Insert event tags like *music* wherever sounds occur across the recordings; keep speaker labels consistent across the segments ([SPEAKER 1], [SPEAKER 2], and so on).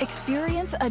[SPEAKER 1] Experience a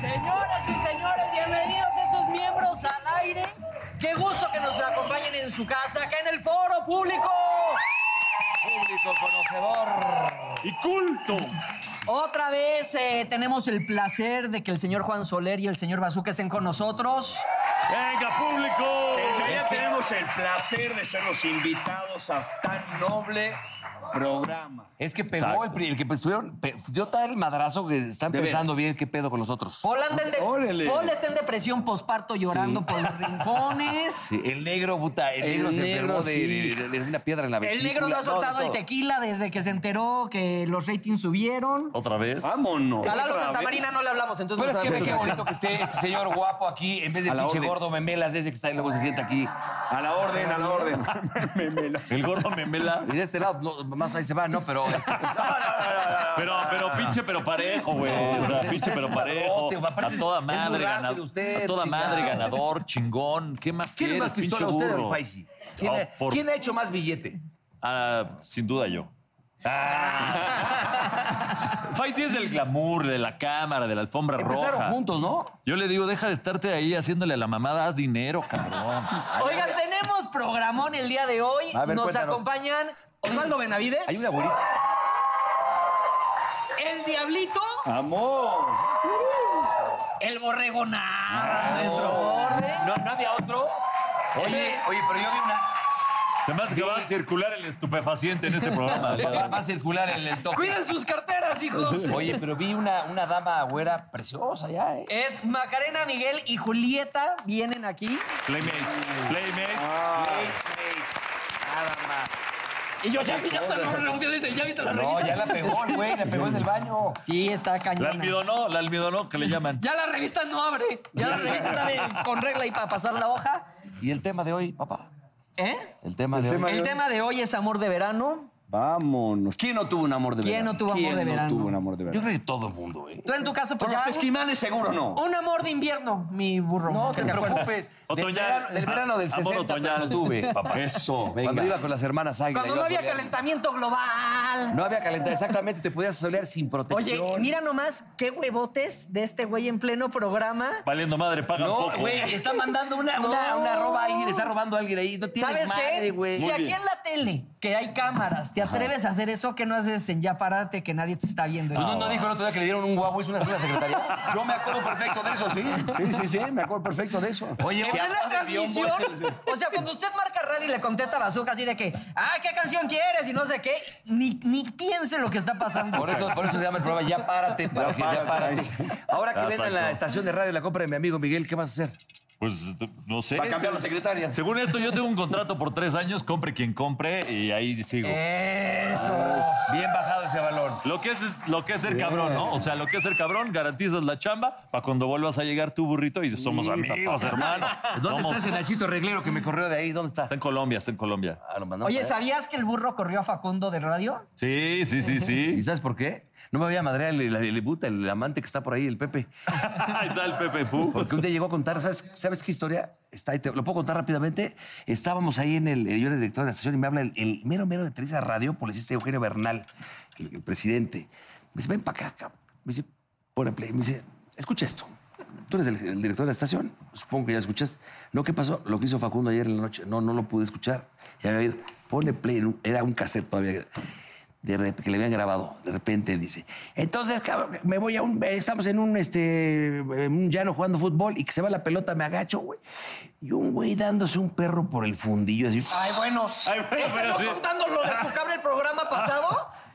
[SPEAKER 2] Señoras y señores, bienvenidos estos miembros al aire. Qué gusto que nos acompañen en su casa, acá en el foro público. Público conocedor.
[SPEAKER 3] y culto.
[SPEAKER 2] Otra vez eh, tenemos el placer de que el señor Juan Soler y el señor Bazooka estén con nosotros.
[SPEAKER 3] Venga, público.
[SPEAKER 4] Ya tenemos el placer de ser los invitados a tan noble programa.
[SPEAKER 5] Es que pegó el, pri- el que pues, estuvieron. pe- dio tal el madrazo que están
[SPEAKER 4] De
[SPEAKER 5] pensando bien qué pedo con los otros.
[SPEAKER 2] Paul, anda en de-
[SPEAKER 4] Órale.
[SPEAKER 2] Paul está en depresión posparto llorando por los rincones.
[SPEAKER 5] Sí, el negro, puta, el,
[SPEAKER 4] El
[SPEAKER 5] negro se enfermó
[SPEAKER 4] negro,
[SPEAKER 5] de,
[SPEAKER 4] sí.
[SPEAKER 5] de- de- de una piedra en pues la
[SPEAKER 2] El
[SPEAKER 5] vesícula.
[SPEAKER 2] negro no ha soltado
[SPEAKER 5] de
[SPEAKER 2] el
[SPEAKER 5] todo.
[SPEAKER 2] tequila desde que se enteró que los ratings subieron.
[SPEAKER 3] Otra vez.
[SPEAKER 4] Vámonos.
[SPEAKER 2] A Lalo
[SPEAKER 4] Otra
[SPEAKER 2] Santa
[SPEAKER 4] vez.
[SPEAKER 2] Marina no le hablamos, entonces...
[SPEAKER 5] Pero es
[SPEAKER 2] no
[SPEAKER 5] que ve
[SPEAKER 2] sabemos.
[SPEAKER 5] qué bonito que esté este señor guapo aquí, en vez de
[SPEAKER 4] A la
[SPEAKER 5] pinche
[SPEAKER 4] orden.
[SPEAKER 5] gordo memelas ese que está y luego se sienta *laughs* aquí.
[SPEAKER 4] A la orden, a la orden. *laughs* Me- me *laughs* la-
[SPEAKER 3] El gordo memela.
[SPEAKER 5] Y de este lado, no, más ahí se va, ¿no? Pero. *laughs* este,
[SPEAKER 3] Pero, pero pinche, pero parejo, güey. O sea, pinche, pero parejo.
[SPEAKER 5] No, aparte
[SPEAKER 3] A
[SPEAKER 5] es-
[SPEAKER 3] toda
[SPEAKER 5] es muy
[SPEAKER 3] madre,
[SPEAKER 5] rápido
[SPEAKER 3] ganador.
[SPEAKER 5] usted,
[SPEAKER 3] A toda
[SPEAKER 5] chingada.
[SPEAKER 3] madre, ganador, chingón. ¿Qué más
[SPEAKER 5] *laughs* ¿Quién es
[SPEAKER 3] quieres,
[SPEAKER 5] más pistola,
[SPEAKER 3] pinche
[SPEAKER 5] usted o
[SPEAKER 3] burro?
[SPEAKER 5] el Faisy? ¿Quién,
[SPEAKER 3] Ah,
[SPEAKER 5] ha-
[SPEAKER 3] por-
[SPEAKER 5] quién ha hecho más billete?
[SPEAKER 3] Ah, sin duda yo. Ah. Faisy es del glamour, de la cámara, de la alfombra
[SPEAKER 5] Empezaron
[SPEAKER 3] roja.
[SPEAKER 5] juntos, ¿no?
[SPEAKER 3] Yo le digo, deja de estarte ahí haciéndole la mamada, haz dinero, cabrón.
[SPEAKER 2] Oigan, tenemos programón el día de hoy.
[SPEAKER 5] A ver,
[SPEAKER 2] Nos
[SPEAKER 5] cuéntanos.
[SPEAKER 2] acompañan Osvaldo Benavides,
[SPEAKER 5] Hay una abuelita.
[SPEAKER 2] el Diablito,
[SPEAKER 4] Amor.
[SPEAKER 2] el Borregonado,
[SPEAKER 5] Ah.
[SPEAKER 2] nuestro borre.
[SPEAKER 5] No, no había otro. Eh. Oye, oye, pero yo vi una.
[SPEAKER 3] Se me hace que va a circular el estupefaciente en este programa.
[SPEAKER 5] Va va a circular el, el toque.
[SPEAKER 2] Cuiden sus carteras, hijos.
[SPEAKER 5] *laughs* Oye, pero vi una, una dama güera preciosa ya, ¿eh?
[SPEAKER 2] Es Macarena, Miguel y Julieta vienen aquí.
[SPEAKER 3] Playmates, Playmates.
[SPEAKER 2] Y yo, ya, vi- ya hasta lo rompió, dice, ¿ya viste la
[SPEAKER 5] No,
[SPEAKER 2] revista?
[SPEAKER 5] ya la pegó el güey, la pegó en el baño.
[SPEAKER 2] Sí, está
[SPEAKER 3] La
[SPEAKER 2] cañona.
[SPEAKER 3] almidonó, la almidonó, que le llaman.
[SPEAKER 2] Ya la revista no abre. Ya la revista está de- con regla y para pasar la hoja.
[SPEAKER 5] ¿Y el tema de hoy, papá?
[SPEAKER 2] ¿Eh?
[SPEAKER 5] El tema de hoy.
[SPEAKER 2] El tema de hoy es amor de verano.
[SPEAKER 4] Vámonos. ¿Quién no tuvo un amor de
[SPEAKER 2] ¿Quién
[SPEAKER 4] verano?
[SPEAKER 2] no tuvo amor de
[SPEAKER 4] ¿Quién
[SPEAKER 2] verano?
[SPEAKER 4] no tuvo un amor de
[SPEAKER 5] Yo
[SPEAKER 4] verano?
[SPEAKER 5] creo que todo el mundo, ¿eh?
[SPEAKER 2] Tú en tu caso,
[SPEAKER 4] Por
[SPEAKER 2] pues
[SPEAKER 4] los
[SPEAKER 2] ya-
[SPEAKER 4] esquimales seguro no.
[SPEAKER 2] Un amor de invierno, mi burro.
[SPEAKER 5] No te
[SPEAKER 2] ¿Te acuerdas?
[SPEAKER 5] preocupes. Del
[SPEAKER 3] Otoñal.
[SPEAKER 5] verano, del verano del
[SPEAKER 3] Ah, amor
[SPEAKER 5] 60 pero
[SPEAKER 3] otoñal.
[SPEAKER 5] lo
[SPEAKER 3] *laughs*
[SPEAKER 5] *laughs* tuve, papá.
[SPEAKER 4] Eso,
[SPEAKER 5] Cuando iba
[SPEAKER 4] venga.
[SPEAKER 5] con las hermanas Águila.
[SPEAKER 2] Cuando
[SPEAKER 5] iba
[SPEAKER 2] no
[SPEAKER 5] a
[SPEAKER 2] había
[SPEAKER 5] solear.
[SPEAKER 2] calentamiento global.
[SPEAKER 5] No había calentado, exactamente. Te podías solear sin
[SPEAKER 2] Oye,
[SPEAKER 5] protección.
[SPEAKER 2] mira nomás qué huevotes de este güey en pleno programa.
[SPEAKER 3] Valiendo madre, pagan
[SPEAKER 5] No,
[SPEAKER 3] poco.
[SPEAKER 5] güey, está mandando una, una,
[SPEAKER 2] No.
[SPEAKER 5] una roba ahí, le está robando a alguien ahí. No tienes
[SPEAKER 2] ¿Sabes
[SPEAKER 5] madre,
[SPEAKER 2] qué?
[SPEAKER 5] güey.
[SPEAKER 2] Si
[SPEAKER 5] Muy
[SPEAKER 2] aquí
[SPEAKER 5] bien.
[SPEAKER 2] en la tele, que hay cámaras, te atreves a hacer eso, que no haces en Ya Parate, que nadie te está viendo.
[SPEAKER 5] Pues ¿No, no dijo el otro día que le dieron un Huawei, una sola secretaria?
[SPEAKER 4] Yo me acuerdo perfecto de eso, sí. Sí, sí, sí, me acuerdo perfecto de eso.
[SPEAKER 5] Oye,
[SPEAKER 2] ¿En
[SPEAKER 5] que
[SPEAKER 2] la
[SPEAKER 5] aparte vio un buen
[SPEAKER 2] transmisión?
[SPEAKER 5] servicio.
[SPEAKER 2] O sea, cuando usted marca radio y le contesta a Bazooka así de que, ah, ¿qué canción quieres? Y no sé qué, ni, ni piense lo que está pasando.
[SPEAKER 5] Por eso, por eso se llama el programa Ya Párate, para que
[SPEAKER 4] párate.
[SPEAKER 5] ya párate. Ahora que
[SPEAKER 3] Ah,
[SPEAKER 5] venga la
[SPEAKER 3] exacto.
[SPEAKER 5] estación de radio la compra de mi amigo Miguel, ¿qué vas a hacer?
[SPEAKER 3] Pues no sé.
[SPEAKER 4] Va a cambiar la secretaria.
[SPEAKER 3] Según esto, yo tengo un contrato por tres años, compre quien compre y ahí sigo.
[SPEAKER 5] Eh.
[SPEAKER 2] Eso.
[SPEAKER 5] Bien bajado ese balón.
[SPEAKER 3] Lo que es, es- lo que es ser cabrón, ¿no? O sea, lo que es ser cabrón, garantizas la chamba para cuando vuelvas a llegar tu burrito y somos amigos, hermano.
[SPEAKER 5] ¿Dónde
[SPEAKER 3] Somos-
[SPEAKER 5] está ese Nachito Reglero que me corrió de ahí? ¿Dónde está?
[SPEAKER 3] Está en Colombia, está en Colombia.
[SPEAKER 5] Ah, lo mandamos
[SPEAKER 2] Oye,
[SPEAKER 5] para allá.
[SPEAKER 2] ¿sabías que el burro corrió a Facundo de radio?
[SPEAKER 3] Sí, sí, sí,
[SPEAKER 5] ¿Y *laughs*
[SPEAKER 3] sí.
[SPEAKER 5] sabes por qué? No me voy a madrear el, el, el puta, el amante que está por ahí, el Pepe.
[SPEAKER 3] Ahí está el Pepe Pú.
[SPEAKER 5] Porque un día llegó a contar, ¿sabes, ¿sabes qué historia? Está ahí, te- lo puedo contar rápidamente. Estábamos ahí en el, yo era el director de la estación y me habla el, el mero mero de Televisa Radio, publicista Eugenio Bernal, el, el presidente. Me dice, ven para acá, cabrón. Me dice, pone play. Me dice, escucha esto. Tú eres el, el director de la estación, supongo que ya escuchaste. No, ¿qué pasó? Lo que hizo Facundo ayer en la noche, no, no lo pude escuchar. Ya había ido. Pone play, en un- era un cassette todavía de rep- que le habían grabado. De repente dice, entonces cabrón, me voy a un, estamos en un, este, en un llano jugando fútbol y que se va la pelota, me agacho, güey. Y un güey dándose un perro por el fundillo, así. "Ah,
[SPEAKER 2] Ay, bueno.
[SPEAKER 3] Ay, bueno,
[SPEAKER 2] ¿Están
[SPEAKER 3] pero sí.
[SPEAKER 2] no contando lo de su cable el programa
[SPEAKER 4] *laughs*
[SPEAKER 2] pasado?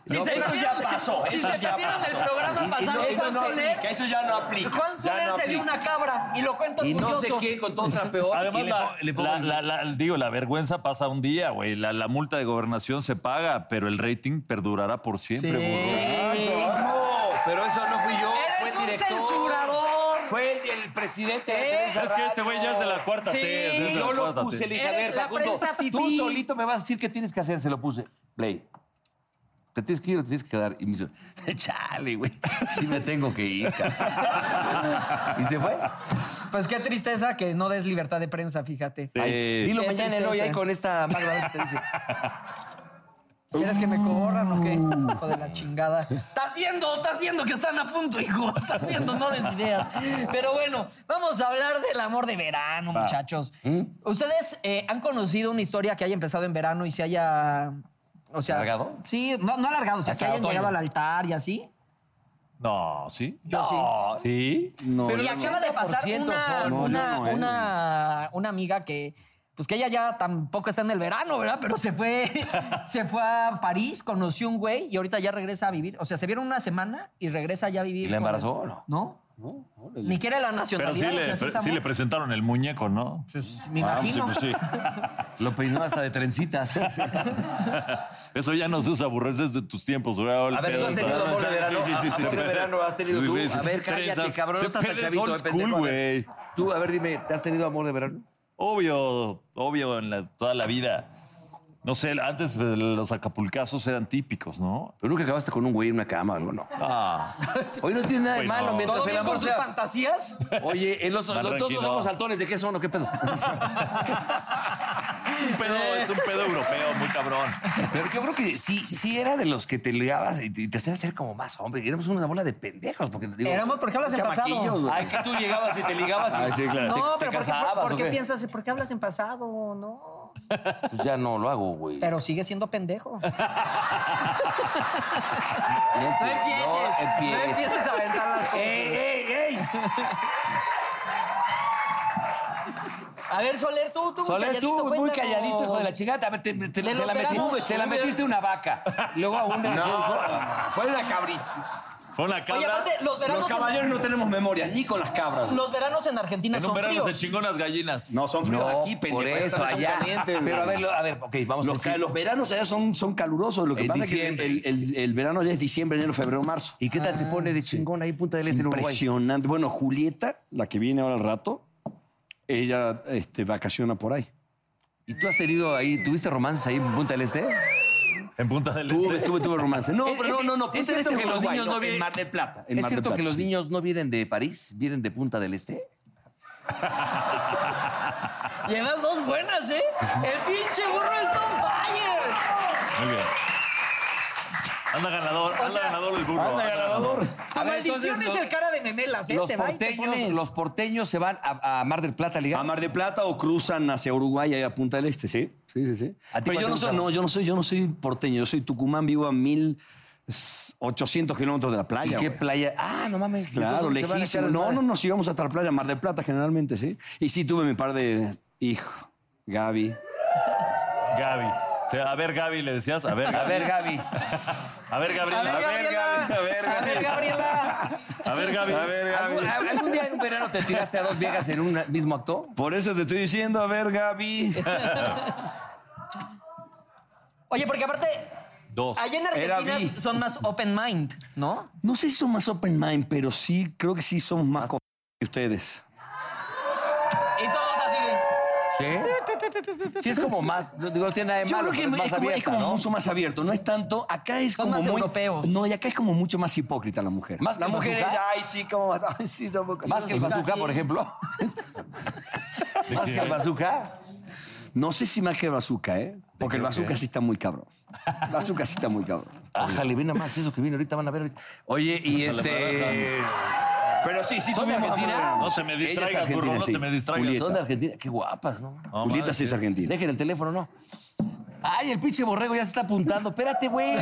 [SPEAKER 2] Si
[SPEAKER 4] No,
[SPEAKER 2] se
[SPEAKER 4] pero eso
[SPEAKER 2] metieron-
[SPEAKER 4] ya pasó,
[SPEAKER 2] Si
[SPEAKER 4] eso
[SPEAKER 2] se
[SPEAKER 4] ya
[SPEAKER 2] metieron del programa pasado,
[SPEAKER 4] eso
[SPEAKER 2] Juan
[SPEAKER 4] no
[SPEAKER 2] Soler.
[SPEAKER 4] aplica, eso ya no aplica,
[SPEAKER 2] Juan
[SPEAKER 4] ya
[SPEAKER 2] Soler
[SPEAKER 4] no
[SPEAKER 2] se dio
[SPEAKER 4] aplica.
[SPEAKER 2] una cabra y lo cuenta
[SPEAKER 4] Y no
[SPEAKER 2] orgulloso.
[SPEAKER 4] sé quién con todo
[SPEAKER 5] Oh,
[SPEAKER 4] trapeó.
[SPEAKER 3] Además,
[SPEAKER 4] y
[SPEAKER 3] la,
[SPEAKER 4] le po- le
[SPEAKER 3] la-
[SPEAKER 4] pongo-
[SPEAKER 3] la- la- digo, la vergüenza pasa un día, güey. La, la multa de gobernación se paga, pero el rating perdurará por siempre, burro.
[SPEAKER 4] No, pero eso no fui yo.
[SPEAKER 2] Eres
[SPEAKER 4] fue el
[SPEAKER 2] un
[SPEAKER 4] director.
[SPEAKER 2] censurador.
[SPEAKER 4] Fue el, el presidente de
[SPEAKER 2] ¿Eh?
[SPEAKER 4] Televisa
[SPEAKER 3] Es que este güey ya es de la cuarta
[SPEAKER 4] Sí,
[SPEAKER 3] T, es de la
[SPEAKER 4] yo lo
[SPEAKER 3] cuarta
[SPEAKER 4] puse,
[SPEAKER 3] T.
[SPEAKER 4] le dije, a
[SPEAKER 2] Eres
[SPEAKER 4] ver,
[SPEAKER 2] la
[SPEAKER 4] Facundo,
[SPEAKER 2] prensa
[SPEAKER 4] tú
[SPEAKER 2] fifí.
[SPEAKER 4] solito me vas a decir qué tienes que hacer, se lo puse. Play.
[SPEAKER 5] Te tienes que ir, o te tienes que quedar. Y me dice, *laughs* chale, güey, sí me tengo que ir. cabrón". y se fue.
[SPEAKER 2] Pues qué tristeza que no des libertad de prensa, fíjate.
[SPEAKER 3] Sí.
[SPEAKER 5] Ay, dilo
[SPEAKER 2] Qué
[SPEAKER 5] mañana en hoy
[SPEAKER 2] tristeza.
[SPEAKER 5] ahí con esta Magda. Te dice,
[SPEAKER 2] ¿Quieres que me corran o qué? Hijo de la chingada. Estás viendo, estás viendo que están a punto, hijo. Estás viendo, no des ideas. Pero bueno, vamos a hablar del amor de verano, muchachos.
[SPEAKER 4] ¿Mm?
[SPEAKER 2] ¿Ustedes eh, han conocido una historia que haya empezado en verano y se haya. O sea.
[SPEAKER 4] ¿Alargado?
[SPEAKER 2] Sí, no, no alargado, o sea,
[SPEAKER 4] Hasta
[SPEAKER 2] que hayan
[SPEAKER 4] otoño.
[SPEAKER 2] llegado al altar y así.
[SPEAKER 3] No, ¿sí?
[SPEAKER 4] No,
[SPEAKER 3] ¿Sí?
[SPEAKER 2] Pero y
[SPEAKER 4] yo
[SPEAKER 2] acaba de pasar
[SPEAKER 4] 90%
[SPEAKER 2] una,
[SPEAKER 4] son. No, yo
[SPEAKER 2] una,
[SPEAKER 4] no, ¿eh?
[SPEAKER 2] una, una amiga que, pues que ella ya tampoco está en el verano, ¿verdad? Pero se fue, *laughs* se fue a París, conoció un güey y ahorita ya regresa a vivir. O sea, se vieron una semana y regresa ya a vivir.
[SPEAKER 5] ¿Y la
[SPEAKER 2] con-
[SPEAKER 5] embarazó o no?
[SPEAKER 2] ¿No. Ni quiere la
[SPEAKER 3] Pero sí
[SPEAKER 2] nacionalidad. o
[SPEAKER 3] le,
[SPEAKER 2] sea, sí es
[SPEAKER 3] sí
[SPEAKER 2] amor.
[SPEAKER 3] le presentaron el muñeco, ¿no?
[SPEAKER 2] Pues, me
[SPEAKER 3] Ah, pues sí,
[SPEAKER 2] imagino.
[SPEAKER 3] pues sí.
[SPEAKER 5] Lo peinó hasta de trencitas.
[SPEAKER 3] Eso ya no se usa, burro, ese es de tus tiempos, güey. ahora el
[SPEAKER 5] A ver, ¿tú
[SPEAKER 3] pedo
[SPEAKER 5] has
[SPEAKER 3] está-
[SPEAKER 5] tenido amor de verano?
[SPEAKER 3] Sí, sí, sí,
[SPEAKER 5] ¿Amor
[SPEAKER 3] sí,
[SPEAKER 5] de
[SPEAKER 3] sí.
[SPEAKER 5] verano has tenido
[SPEAKER 3] Sí,
[SPEAKER 5] tú?
[SPEAKER 3] güey, sí.
[SPEAKER 5] A ver, cállate,
[SPEAKER 3] Trenzas.
[SPEAKER 5] cabrón,
[SPEAKER 3] Sí,
[SPEAKER 5] no estás tan
[SPEAKER 3] eres
[SPEAKER 5] chavito,
[SPEAKER 3] old
[SPEAKER 5] eh, pendejo,
[SPEAKER 3] school,
[SPEAKER 5] a ver.
[SPEAKER 3] güey.
[SPEAKER 5] Tú, a ver, dime, ¿te has tenido amor de verano?
[SPEAKER 3] Obvio, obvio en la- toda la vida. No sé, antes eh, los acapulcazos eran típicos, ¿no?
[SPEAKER 5] Pero nunca acabaste con un güey en una cama o algo, no.
[SPEAKER 3] Ah,
[SPEAKER 5] Hoy no tiene nada de
[SPEAKER 3] Güey,
[SPEAKER 5] malo
[SPEAKER 3] no.
[SPEAKER 5] mientras
[SPEAKER 2] ¿Todo
[SPEAKER 5] el
[SPEAKER 2] bien
[SPEAKER 5] amor
[SPEAKER 2] con sus
[SPEAKER 5] sea...
[SPEAKER 2] fantasías?
[SPEAKER 5] Oye, en los,
[SPEAKER 3] Más
[SPEAKER 5] los- todos
[SPEAKER 3] tranquilo.
[SPEAKER 5] nos somos saltones de queso, ¿no? ¿Qué pedo?
[SPEAKER 3] es un pedo, es un pedo europeo, muy cabrón.
[SPEAKER 5] *laughs* Pero yo creo que sí, sí era de los que te ligabas y te, y te hacían ser como más hombre. Y éramos una bola de pendejos. Porque, digo,
[SPEAKER 2] Éramos, ¿por qué hablas en pasado?
[SPEAKER 5] chamaquillos, güey.
[SPEAKER 4] Ay, que tú llegabas y te ligabas y
[SPEAKER 2] No,
[SPEAKER 4] te,
[SPEAKER 2] pero
[SPEAKER 4] te
[SPEAKER 2] ¿por qué,
[SPEAKER 4] casabas.
[SPEAKER 2] por- por
[SPEAKER 4] ¿o
[SPEAKER 2] qué
[SPEAKER 4] qué?
[SPEAKER 2] piensas? ¿Por qué hablas en pasado? No.
[SPEAKER 5] Pues ya no lo hago, güey.
[SPEAKER 2] Pero sigue siendo pendejo.
[SPEAKER 5] No
[SPEAKER 2] No empieces.
[SPEAKER 5] No
[SPEAKER 2] No
[SPEAKER 5] empieces. Eh,
[SPEAKER 2] empieces a aventar las cosas.
[SPEAKER 5] ¡Ey, ey, ey!
[SPEAKER 2] A ver, Soler, tú, tú, muy
[SPEAKER 4] Soler,
[SPEAKER 2] calladito,
[SPEAKER 4] tú muy
[SPEAKER 2] cuéntanos.
[SPEAKER 4] calladita, hijo de la chingada. A ver, te, te-
[SPEAKER 2] Le
[SPEAKER 4] te la,
[SPEAKER 2] operamos
[SPEAKER 4] metiste, se la
[SPEAKER 2] un-
[SPEAKER 4] metiste a una vaca. Luego a una.
[SPEAKER 6] No, fue una cabrita.
[SPEAKER 3] Fue una cabra.
[SPEAKER 2] Oye, aparte,
[SPEAKER 6] Los
[SPEAKER 2] los veranos,
[SPEAKER 6] caballeros no tenemos memoria, ni con las cabras.
[SPEAKER 2] en, los veranos en Argentina
[SPEAKER 3] en un
[SPEAKER 2] son
[SPEAKER 3] verano
[SPEAKER 2] fríos.
[SPEAKER 3] se chingó unas gallinas.
[SPEAKER 6] No, son fríos
[SPEAKER 5] No,
[SPEAKER 6] aquí, pendejo.
[SPEAKER 5] por eso,
[SPEAKER 6] Estas son
[SPEAKER 5] allá.
[SPEAKER 6] calientes, güey.
[SPEAKER 5] Pero a ver, lo- a ver, ok, vamos
[SPEAKER 6] los,
[SPEAKER 5] a
[SPEAKER 6] ca-
[SPEAKER 5] decir.
[SPEAKER 6] los veranos allá son, son calurosos. Lo que
[SPEAKER 5] En
[SPEAKER 6] pasa
[SPEAKER 5] diciembre.
[SPEAKER 6] es que el, el- el verano allá es diciembre, enero, febrero, marzo.
[SPEAKER 5] ¿Y qué tal
[SPEAKER 2] Ah,
[SPEAKER 5] se pone de chingón ahí Punta del
[SPEAKER 6] Es
[SPEAKER 5] Este en Uruguay?
[SPEAKER 6] impresionante. Bueno, Julieta, la que viene ahora al rato, ella este, vacaciona por ahí.
[SPEAKER 5] ¿Y tú has tenido ahí, tuviste romances ahí en Punta del Este?
[SPEAKER 3] En Punta del
[SPEAKER 6] Tuve,
[SPEAKER 3] Este.
[SPEAKER 6] tuve, tuve romance. No, pero no, no, no.
[SPEAKER 5] ¿Es
[SPEAKER 6] Punta del
[SPEAKER 5] cierto
[SPEAKER 6] Este
[SPEAKER 5] que los
[SPEAKER 6] Uruguay,
[SPEAKER 5] niños no vienen
[SPEAKER 6] En Mar del Plata. en
[SPEAKER 5] ¿Es
[SPEAKER 6] Mar del
[SPEAKER 5] cierto que
[SPEAKER 6] Plata,
[SPEAKER 5] los
[SPEAKER 6] sí.
[SPEAKER 5] niños no vienen de París? ¿Vienen de Punta del Este?
[SPEAKER 2] Llevas dos buenas, ¿eh? El pinche burro está on fire.
[SPEAKER 3] Muy bien. Anda ganador, anda
[SPEAKER 2] sea,
[SPEAKER 3] ganador el burro. anda ganador.
[SPEAKER 2] Tu
[SPEAKER 4] A ver,
[SPEAKER 2] maldición
[SPEAKER 4] entonces,
[SPEAKER 2] es
[SPEAKER 4] los-
[SPEAKER 2] el cara de memelas, ¿eh?
[SPEAKER 5] Los
[SPEAKER 2] se va y te
[SPEAKER 5] porteños,
[SPEAKER 2] pones...
[SPEAKER 5] los porteños se van a, a Mar del Plata,
[SPEAKER 6] A
[SPEAKER 5] ligado.
[SPEAKER 6] Mar de Plata o cruzan hacia Uruguay y a Punta del Este, sí. Sí, sí, sí.
[SPEAKER 5] ¿A ti
[SPEAKER 6] Pero
[SPEAKER 5] cuál
[SPEAKER 6] yo
[SPEAKER 5] te
[SPEAKER 6] no,
[SPEAKER 5] gusta
[SPEAKER 6] soy,
[SPEAKER 5] más?
[SPEAKER 6] no, yo no soy, yo no soy porteño, yo soy Tucumán, vivo a 1800 kilómetros de la
[SPEAKER 5] ¿Y
[SPEAKER 6] playa.
[SPEAKER 5] qué
[SPEAKER 6] güey.
[SPEAKER 5] playa? Ah, no mames.
[SPEAKER 6] Claro,
[SPEAKER 5] entonces se van a echar
[SPEAKER 6] lejísimo.
[SPEAKER 5] las
[SPEAKER 6] No,
[SPEAKER 5] madres.
[SPEAKER 6] no nos íbamos hasta la playa, Mar de Plata generalmente, sí. Y sí tuve mi par de hijo, Gaby.
[SPEAKER 3] Gaby. O sea, a ver, Gaby, le decías. A ver,
[SPEAKER 5] A
[SPEAKER 3] Gaby.
[SPEAKER 5] ver, Gaby.
[SPEAKER 3] A ver,
[SPEAKER 2] A ver,
[SPEAKER 3] Gabriela.
[SPEAKER 2] Gabriela. A ver, Gabriela.
[SPEAKER 3] A ver, Gaby.
[SPEAKER 5] ¿Algún, algún día en un verano te tiraste a dos viejas en un mismo acto?
[SPEAKER 6] Por eso te estoy diciendo, a ver, Gaby.
[SPEAKER 2] Oye, porque aparte,
[SPEAKER 3] Dos.
[SPEAKER 2] allá en
[SPEAKER 6] Era
[SPEAKER 2] Argentina
[SPEAKER 6] bi.
[SPEAKER 2] son más open mind, ¿no?
[SPEAKER 6] *laughs* No sé si son más open mind, pero sí, creo que sí somos más co- que ustedes.
[SPEAKER 2] Y todos así de...
[SPEAKER 5] Sí. Sí, es como más. No, digo, no tiene nada de
[SPEAKER 6] Yo
[SPEAKER 5] malo,
[SPEAKER 6] creo que
[SPEAKER 5] pero es
[SPEAKER 6] es,
[SPEAKER 5] más
[SPEAKER 6] como, es
[SPEAKER 5] abierta,
[SPEAKER 6] como
[SPEAKER 5] ¿no?
[SPEAKER 6] mucho más abierto, no es tanto. Acá es
[SPEAKER 2] Son
[SPEAKER 6] como
[SPEAKER 2] más
[SPEAKER 6] muy.
[SPEAKER 2] europeos.
[SPEAKER 6] No, y acá es como mucho más hipócrita la mujer.
[SPEAKER 5] Más que
[SPEAKER 6] la
[SPEAKER 5] el
[SPEAKER 6] mujer
[SPEAKER 5] bazooka.
[SPEAKER 6] es, ay, sí, como. *laughs* ay, sí, tampoco".
[SPEAKER 5] Más que el bazooka, por ejemplo. Más que el bazooka.
[SPEAKER 6] No sé si más que el bazooka, ¿eh? Porque el bazooka sí está muy cabrón. El bazooca sí está muy cabrón.
[SPEAKER 5] Ájale, ven nada más eso que viene ahorita, van a ver ahorita. Oye, y este.
[SPEAKER 4] Pero sí, sí
[SPEAKER 3] ¿Son de
[SPEAKER 4] tuvimos
[SPEAKER 3] Argentina?
[SPEAKER 4] amor.
[SPEAKER 3] No te me
[SPEAKER 6] Ella es
[SPEAKER 3] distraigas,
[SPEAKER 6] argentina,
[SPEAKER 3] burro, no
[SPEAKER 6] sí.
[SPEAKER 3] te me distraigas.
[SPEAKER 6] Julieta.
[SPEAKER 5] Son de Argentina. Qué guapas, ¿no?
[SPEAKER 3] No,
[SPEAKER 6] Julieta
[SPEAKER 3] man,
[SPEAKER 6] sí es argentina.
[SPEAKER 5] Dejen el teléfono, ¿no? Ay, el pinche borrego ya se está apuntando. Espérate, güey.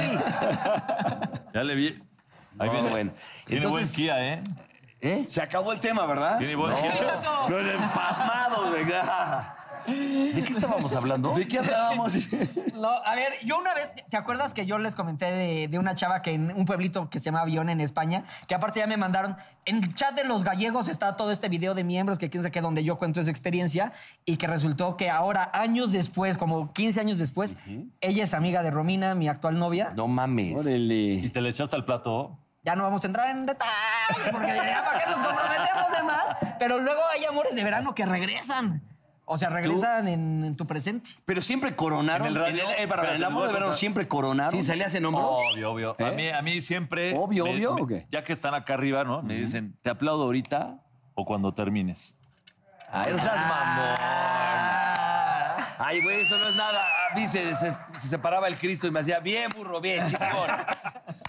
[SPEAKER 3] Ya le vi. Ahí
[SPEAKER 5] No,
[SPEAKER 3] viene.
[SPEAKER 5] bueno.
[SPEAKER 3] Tiene buen
[SPEAKER 5] Entonces-
[SPEAKER 3] Kia, ¿eh?
[SPEAKER 5] ¿Eh?
[SPEAKER 4] Se acabó el tema, ¿verdad?
[SPEAKER 3] Tiene buen Kia.
[SPEAKER 4] No es empasmados, ¿verdad?
[SPEAKER 5] ¿De qué estábamos hablando?
[SPEAKER 6] ¿De *laughs* qué hablábamos?
[SPEAKER 2] No, a ver, yo una vez, ¿te acuerdas que yo les comenté de, de una chava que en un pueblito que se llama Avión en España? Que aparte ya me mandaron, en el chat de los gallegos está todo este video de miembros que quién sabe qué, donde yo cuento esa experiencia y que resultó que ahora, años después, como 15 años después, ella es amiga de Romina, mi actual novia.
[SPEAKER 5] No mames.
[SPEAKER 3] Y
[SPEAKER 6] Órale.
[SPEAKER 3] te le echaste al plato.
[SPEAKER 2] Ya no vamos a entrar en detalle porque ya para qué nos comprometemos de más, pero luego hay amores de verano que regresan. O sea, regresan en- en tu presente.
[SPEAKER 6] Pero siempre coronaron.
[SPEAKER 3] En el radio-
[SPEAKER 6] eh, para
[SPEAKER 3] espérate,
[SPEAKER 6] el
[SPEAKER 3] les voy
[SPEAKER 6] amor
[SPEAKER 3] a
[SPEAKER 6] de verano
[SPEAKER 3] contar.
[SPEAKER 6] siempre coronaron.
[SPEAKER 5] ¿Sí salías en hombros?
[SPEAKER 3] Obvio, obvio. A,
[SPEAKER 6] ¿Eh?
[SPEAKER 3] mí, a mí siempre.
[SPEAKER 6] Obvio, obvio, ¿o qué?
[SPEAKER 3] Ya que están acá arriba, ¿no? Me dicen, ¿te aplaudo ahorita o cuando termines?
[SPEAKER 5] Ay, no seas mamón. Ay, güey, eso no es nada. Dice, se, se separaba el Cristo y me hacía, bien, burro, *laughs* bien, chingón.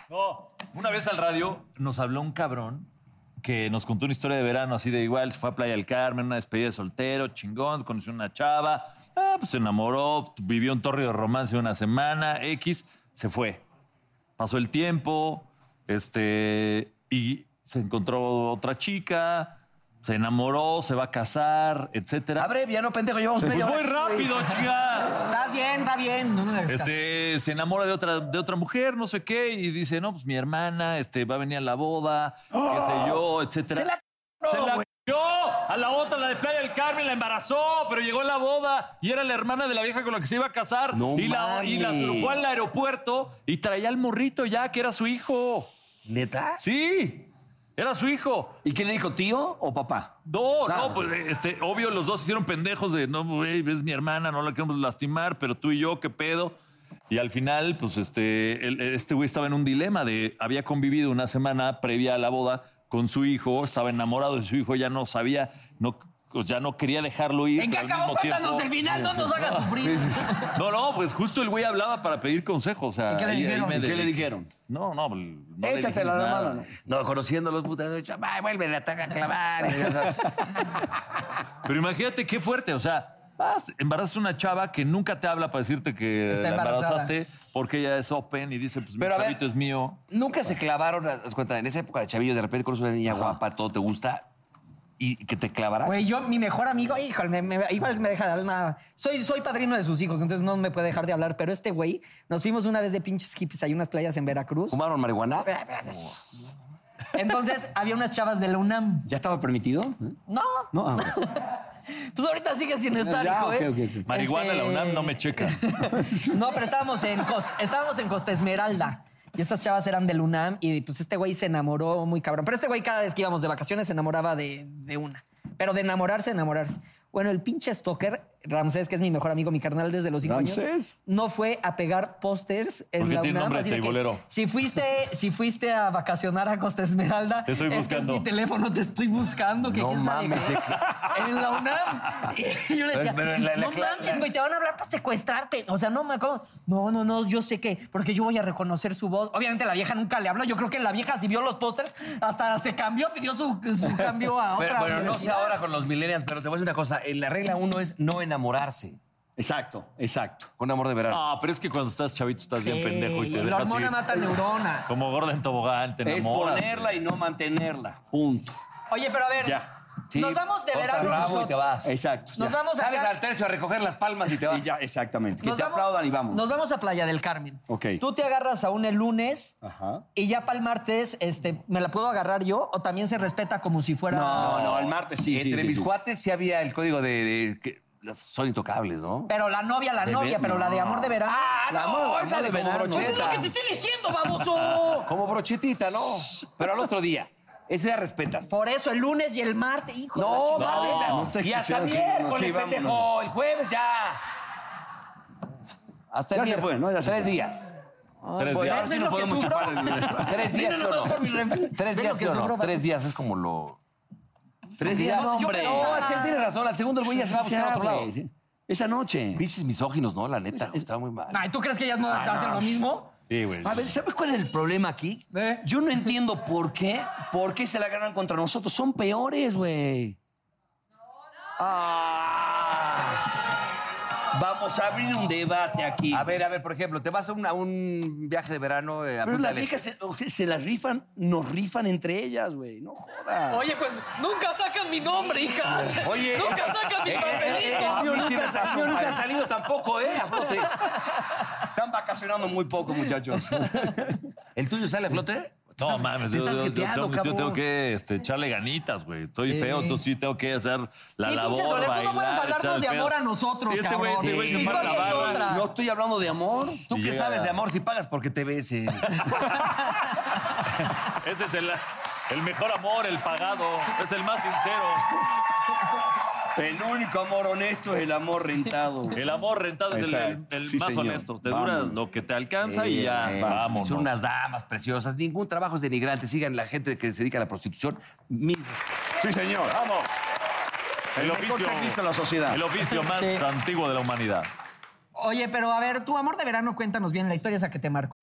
[SPEAKER 3] No, una vez al radio nos habló un cabrón que nos contó una historia de verano así de igual, se fue a Playa del Carmen, una despedida de soltero, chingón, conoció una chava, ah, pues se enamoró, vivió un torrio de romance una semana, X, se fue. Pasó el tiempo, este, y se encontró otra chica, se enamoró, se va a casar, etcétera.
[SPEAKER 5] Abrevia, no, pendejo, llevamos
[SPEAKER 3] pues
[SPEAKER 5] media
[SPEAKER 3] muy
[SPEAKER 5] hora.
[SPEAKER 3] rápido, chica.
[SPEAKER 2] Está bien, está bien. No, no,
[SPEAKER 3] *laughs*
[SPEAKER 2] está-
[SPEAKER 3] Este, se enamora de otra, de otra mujer, no sé qué, y dice, no, pues mi hermana este, va a venir a la boda, qué sé yo, etcétera.
[SPEAKER 5] ¡Oh! Se la
[SPEAKER 3] ¡Se la c***ó! A la otra, la de Playa del Carmen, la embarazó, pero llegó a la boda y era la hermana de la vieja con la que se iba a casar.
[SPEAKER 5] No
[SPEAKER 3] y, la, y la
[SPEAKER 5] mames.
[SPEAKER 3] fue al aeropuerto y traía al morrito ya, que era su hijo.
[SPEAKER 5] ¿Neta?
[SPEAKER 3] Sí, era su hijo.
[SPEAKER 6] ¿Y quién le dijo, tío o papá?
[SPEAKER 3] No,
[SPEAKER 6] Claro.
[SPEAKER 3] no, pues este, obvio, los dos se hicieron pendejos de no, güey, es mi hermana, no la queremos lastimar, pero tú y yo, qué pedo. Y al final, pues este, el- este güey estaba en un dilema de había convivido una semana previa a la boda con su hijo, estaba enamorado de su hijo, ya no sabía, no, pues, ya no quería dejarlo ir.
[SPEAKER 2] ¿En qué
[SPEAKER 3] pero al
[SPEAKER 2] acabó?
[SPEAKER 3] mismo tiempo-
[SPEAKER 2] Cuéntanos el final, no nos hagas sufrir.
[SPEAKER 3] *laughs* No, no, pues justo el güey hablaba para pedir consejos. O sea,
[SPEAKER 2] ¿Y qué le
[SPEAKER 3] ahí- ahí
[SPEAKER 2] dijeron?
[SPEAKER 3] me
[SPEAKER 6] ¿Y qué
[SPEAKER 3] de-
[SPEAKER 6] le dijeron?
[SPEAKER 3] No, no, no le
[SPEAKER 6] Échate la
[SPEAKER 3] dijimos nada.
[SPEAKER 6] mano. ¿no?
[SPEAKER 5] No, conociendo a los putas, de hecho, ay, vuelve la taca a clavar. y ya sabes.
[SPEAKER 3] Pero imagínate qué fuerte, o sea, vas, embarazas a una chava que nunca te habla para decirte que
[SPEAKER 2] Está
[SPEAKER 3] la
[SPEAKER 2] embarazada.
[SPEAKER 3] embarazaste porque ella es open y dice, pues
[SPEAKER 5] Pero a
[SPEAKER 3] mi
[SPEAKER 5] ver,
[SPEAKER 3] chavito es mío.
[SPEAKER 5] *laughs* Nunca se clavaron, haz cuenta, en esa época de chavillo, de repente conoces una niña guapa, todo te gusta y que te clavarás.
[SPEAKER 2] Güey, yo, mi mejor amigo, híjole, me, me- igual me deja de nada. Soy, soy padrino de sus hijos, entonces no me puede dejar de hablar. Pero este güey, nos fuimos una vez de pinches hippies, hay unas playas en Veracruz.
[SPEAKER 5] ¿Fumaron marihuana?
[SPEAKER 2] Entonces había unas chavas de la UNAM.
[SPEAKER 6] ¿Ya estaba permitido? ¿Eh?
[SPEAKER 2] No,
[SPEAKER 6] No, ah,
[SPEAKER 2] *laughs* pues ahorita sigue sin estar,
[SPEAKER 6] Ya,
[SPEAKER 2] hijo,
[SPEAKER 6] ok,
[SPEAKER 2] ¿eh?
[SPEAKER 6] ok, ok.
[SPEAKER 3] Marihuana,
[SPEAKER 2] Este-
[SPEAKER 3] la UNAM no me
[SPEAKER 2] *laughs*
[SPEAKER 3] checa.
[SPEAKER 2] No, pero estábamos en, Cos- estábamos en Costa Esmeralda. Y estas chavas eran del UNAM y pues este güey se enamoró muy cabrón. Pero este güey cada vez que íbamos de vacaciones se enamoraba de, de una. Pero de enamorarse, enamorarse. Bueno, el pinche stalker, Ramsés, que es mi mejor amigo, mi carnal desde los cinco años,
[SPEAKER 6] ¿Ramsés?
[SPEAKER 2] no fue a pegar pósters en
[SPEAKER 3] Porque
[SPEAKER 2] la
[SPEAKER 3] tiene
[SPEAKER 2] UNAM.
[SPEAKER 3] nombre de
[SPEAKER 2] así de que,
[SPEAKER 3] teibolero.
[SPEAKER 2] si fuiste, si fuiste a vacacionar a Costa Esmeralda,
[SPEAKER 3] Te estoy
[SPEAKER 2] este es
[SPEAKER 3] buscando.
[SPEAKER 2] mi teléfono, te estoy buscando. Que
[SPEAKER 5] No
[SPEAKER 2] quién sabe
[SPEAKER 5] mames,
[SPEAKER 2] qué. En la UNAM. *laughs* Y yo le decía,
[SPEAKER 5] Pero en la- en la
[SPEAKER 2] no
[SPEAKER 5] cla-
[SPEAKER 2] mames, güey, te van a hablar para secuestrarte. O sea, no me acuerdo. No, no, no, yo sé que, porque yo voy a reconocer su voz. Obviamente la vieja nunca le habló. Yo creo que la vieja si vio los pósters, hasta se cambió, pidió su, su cambio a
[SPEAKER 5] Pero,
[SPEAKER 2] otra.
[SPEAKER 5] bueno, no sé
[SPEAKER 2] universidad.
[SPEAKER 5] ahora con los millennials, pero te voy a decir una cosa. eh, La regla uno es no enamorarse
[SPEAKER 6] exacto, exacto.
[SPEAKER 5] con amor de verano.
[SPEAKER 3] No, pero es que cuando estás chavito estás
[SPEAKER 2] Sí,
[SPEAKER 3] bien pendejo y te
[SPEAKER 2] la
[SPEAKER 3] dejas
[SPEAKER 2] hormona
[SPEAKER 3] ir.
[SPEAKER 2] mata neurona.
[SPEAKER 3] Como gorda en tobogán, te
[SPEAKER 6] Es
[SPEAKER 3] enamoras.
[SPEAKER 6] ponerla y no mantenerla. Punto.
[SPEAKER 2] Oye, pero a ver,
[SPEAKER 6] Ya.
[SPEAKER 5] Sí,
[SPEAKER 2] nos vamos de
[SPEAKER 5] cortas
[SPEAKER 2] verano
[SPEAKER 5] rabo y te
[SPEAKER 2] nosotros.
[SPEAKER 5] vas.
[SPEAKER 6] Exacto.
[SPEAKER 2] Nos
[SPEAKER 6] ya.
[SPEAKER 2] vamos
[SPEAKER 5] Sales
[SPEAKER 2] acá.
[SPEAKER 5] al tercio a recoger las palmas y te vas.
[SPEAKER 6] Y ya, exactamente. Que
[SPEAKER 2] Nos
[SPEAKER 6] te
[SPEAKER 2] vamos-
[SPEAKER 6] aplaudan y vamos.
[SPEAKER 2] Nos vamos a Playa del Carmen.
[SPEAKER 6] Ok.
[SPEAKER 2] Tú te agarras a una el lunes
[SPEAKER 6] Ajá.
[SPEAKER 2] y ya para el martes, este, ¿me la puedo agarrar yo? ¿O también se respeta como si fuera.?
[SPEAKER 6] No, no, el martes sí. sí,
[SPEAKER 5] Entre
[SPEAKER 6] sí,
[SPEAKER 5] mis
[SPEAKER 6] sí.
[SPEAKER 5] cuates sí había el código de, de que los- son intocables, ¿no?
[SPEAKER 2] Pero la novia, la
[SPEAKER 6] De
[SPEAKER 2] novia,
[SPEAKER 6] ver-
[SPEAKER 2] pero la de amor de verano. ¡Ah,
[SPEAKER 6] La amor- amor de verano,
[SPEAKER 5] como
[SPEAKER 2] Pues es lo que te
[SPEAKER 5] brocheta.
[SPEAKER 2] estoy diciendo,
[SPEAKER 5] *laughs*
[SPEAKER 2] baboso.
[SPEAKER 5] Como brochetita, ¿no? Pero al otro día. Ese día respetas.
[SPEAKER 2] Por eso el lunes y el martes, hijo. de la
[SPEAKER 5] No,
[SPEAKER 2] chingada.
[SPEAKER 5] mames. la-
[SPEAKER 6] no te
[SPEAKER 5] y hasta
[SPEAKER 6] escucharon, sí, no, sí,
[SPEAKER 5] miércoles,
[SPEAKER 6] vámonos.
[SPEAKER 5] pendejo. El jueves ya. Hasta el
[SPEAKER 6] Ya se
[SPEAKER 5] miércoles.
[SPEAKER 6] fue, ¿no? Ya se
[SPEAKER 5] Tres
[SPEAKER 6] fue.
[SPEAKER 5] días.
[SPEAKER 3] Tres
[SPEAKER 6] Bueno,
[SPEAKER 3] días.
[SPEAKER 6] ahora sí
[SPEAKER 2] ¿Ves
[SPEAKER 6] no
[SPEAKER 2] lo que
[SPEAKER 6] podemos
[SPEAKER 2] sufro?
[SPEAKER 5] *laughs*
[SPEAKER 6] chupar el-
[SPEAKER 5] Tres días,
[SPEAKER 2] Miren
[SPEAKER 5] ¿sí o
[SPEAKER 2] nomás
[SPEAKER 5] no?
[SPEAKER 2] por mi refri-
[SPEAKER 5] Tres
[SPEAKER 2] ¿Ves
[SPEAKER 5] días,
[SPEAKER 2] lo
[SPEAKER 5] ¿sí
[SPEAKER 2] que
[SPEAKER 5] o
[SPEAKER 2] sufro,
[SPEAKER 5] no?
[SPEAKER 2] vato?
[SPEAKER 5] Tres días es como lo...
[SPEAKER 6] Tres días,
[SPEAKER 5] No,
[SPEAKER 6] hombre.
[SPEAKER 5] No, Axel, tienes razón. Al segundo el Ah, güey ya se va a buscar a otro lado.
[SPEAKER 6] Esa noche.
[SPEAKER 5] Pinches misóginos, ¿no? La neta, güey, estaba muy mal.
[SPEAKER 2] Ay, ¿tú crees que ellas no hacen lo mismo?
[SPEAKER 3] Sí, güey.
[SPEAKER 7] A ver, ¿sabes cuál es el problema aquí?
[SPEAKER 8] ¿Eh?
[SPEAKER 7] Yo no entiendo por qué, por qué se la ganan contra nosotros. Son peores, güey. Ah. Vamos a abrir un debate aquí.
[SPEAKER 8] A ver, a ver, por ejemplo, te vas a un, a un viaje de verano eh, a
[SPEAKER 7] Pero
[SPEAKER 8] Punta
[SPEAKER 7] las
[SPEAKER 8] del Este.
[SPEAKER 7] viejas se, o sea, se las rifan, nos rifan entre ellas, güey. No jodas.
[SPEAKER 2] Oye, pues nunca sacan mi nombre, hijas.
[SPEAKER 8] Oye.
[SPEAKER 2] Nunca sacan
[SPEAKER 3] eh,
[SPEAKER 2] mi papelito.
[SPEAKER 8] mí sí me sacó, padre.
[SPEAKER 7] salido tampoco, ¿eh? A flote. Están vacacionando muy poco, muchachos.
[SPEAKER 5] ¿El tuyo sale a flote?
[SPEAKER 3] No
[SPEAKER 5] Estás-
[SPEAKER 3] mames,
[SPEAKER 5] te
[SPEAKER 3] yo,
[SPEAKER 5] estás
[SPEAKER 3] yo- yo
[SPEAKER 5] jeteando,
[SPEAKER 3] tengo, yo
[SPEAKER 5] cabrón.
[SPEAKER 3] tengo que este, echarle ganitas, güey. Estoy feo, tú sí tengo que hacer la
[SPEAKER 2] Sí,
[SPEAKER 3] labor,
[SPEAKER 2] pinche Soler, tú no
[SPEAKER 3] bailar,
[SPEAKER 2] puedes hablarnos
[SPEAKER 3] echar el
[SPEAKER 2] de
[SPEAKER 3] pedo.
[SPEAKER 2] amor a nosotros,
[SPEAKER 3] sí, este güey, este
[SPEAKER 2] cabrón.
[SPEAKER 3] güey
[SPEAKER 2] Sí,
[SPEAKER 3] se para la
[SPEAKER 2] historia es
[SPEAKER 3] barba.
[SPEAKER 2] otra.
[SPEAKER 7] No estoy hablando de amor.
[SPEAKER 5] ¿Tú
[SPEAKER 3] Y
[SPEAKER 5] qué
[SPEAKER 3] llega-
[SPEAKER 5] sabes de amor si pagas porque te eh? besen?
[SPEAKER 3] Ese es el, el mejor amor, el pagado. Es el más sincero.
[SPEAKER 4] El único amor honesto es el amor rentado.
[SPEAKER 3] *laughs* El amor rentado es el, el- el
[SPEAKER 6] Sí,
[SPEAKER 3] más
[SPEAKER 6] señor.
[SPEAKER 3] honesto. Te dura
[SPEAKER 6] Vámonos.
[SPEAKER 3] lo que te alcanza y ya.
[SPEAKER 5] Eh,
[SPEAKER 3] Vamos.
[SPEAKER 5] Son unas damas preciosas. Ningún trabajo es denigrante. Sigan la gente que se dedica a la prostitución. Mil-
[SPEAKER 4] Sí, señor.
[SPEAKER 3] Vamos. El
[SPEAKER 4] mejor
[SPEAKER 3] oficio,
[SPEAKER 4] técnico de la sociedad.
[SPEAKER 9] *laughs*
[SPEAKER 3] el oficio más antiguo de la humanidad.
[SPEAKER 2] Oye, pero a ver, tu amor de verano, cuéntanos bien la historia esa que te marcó.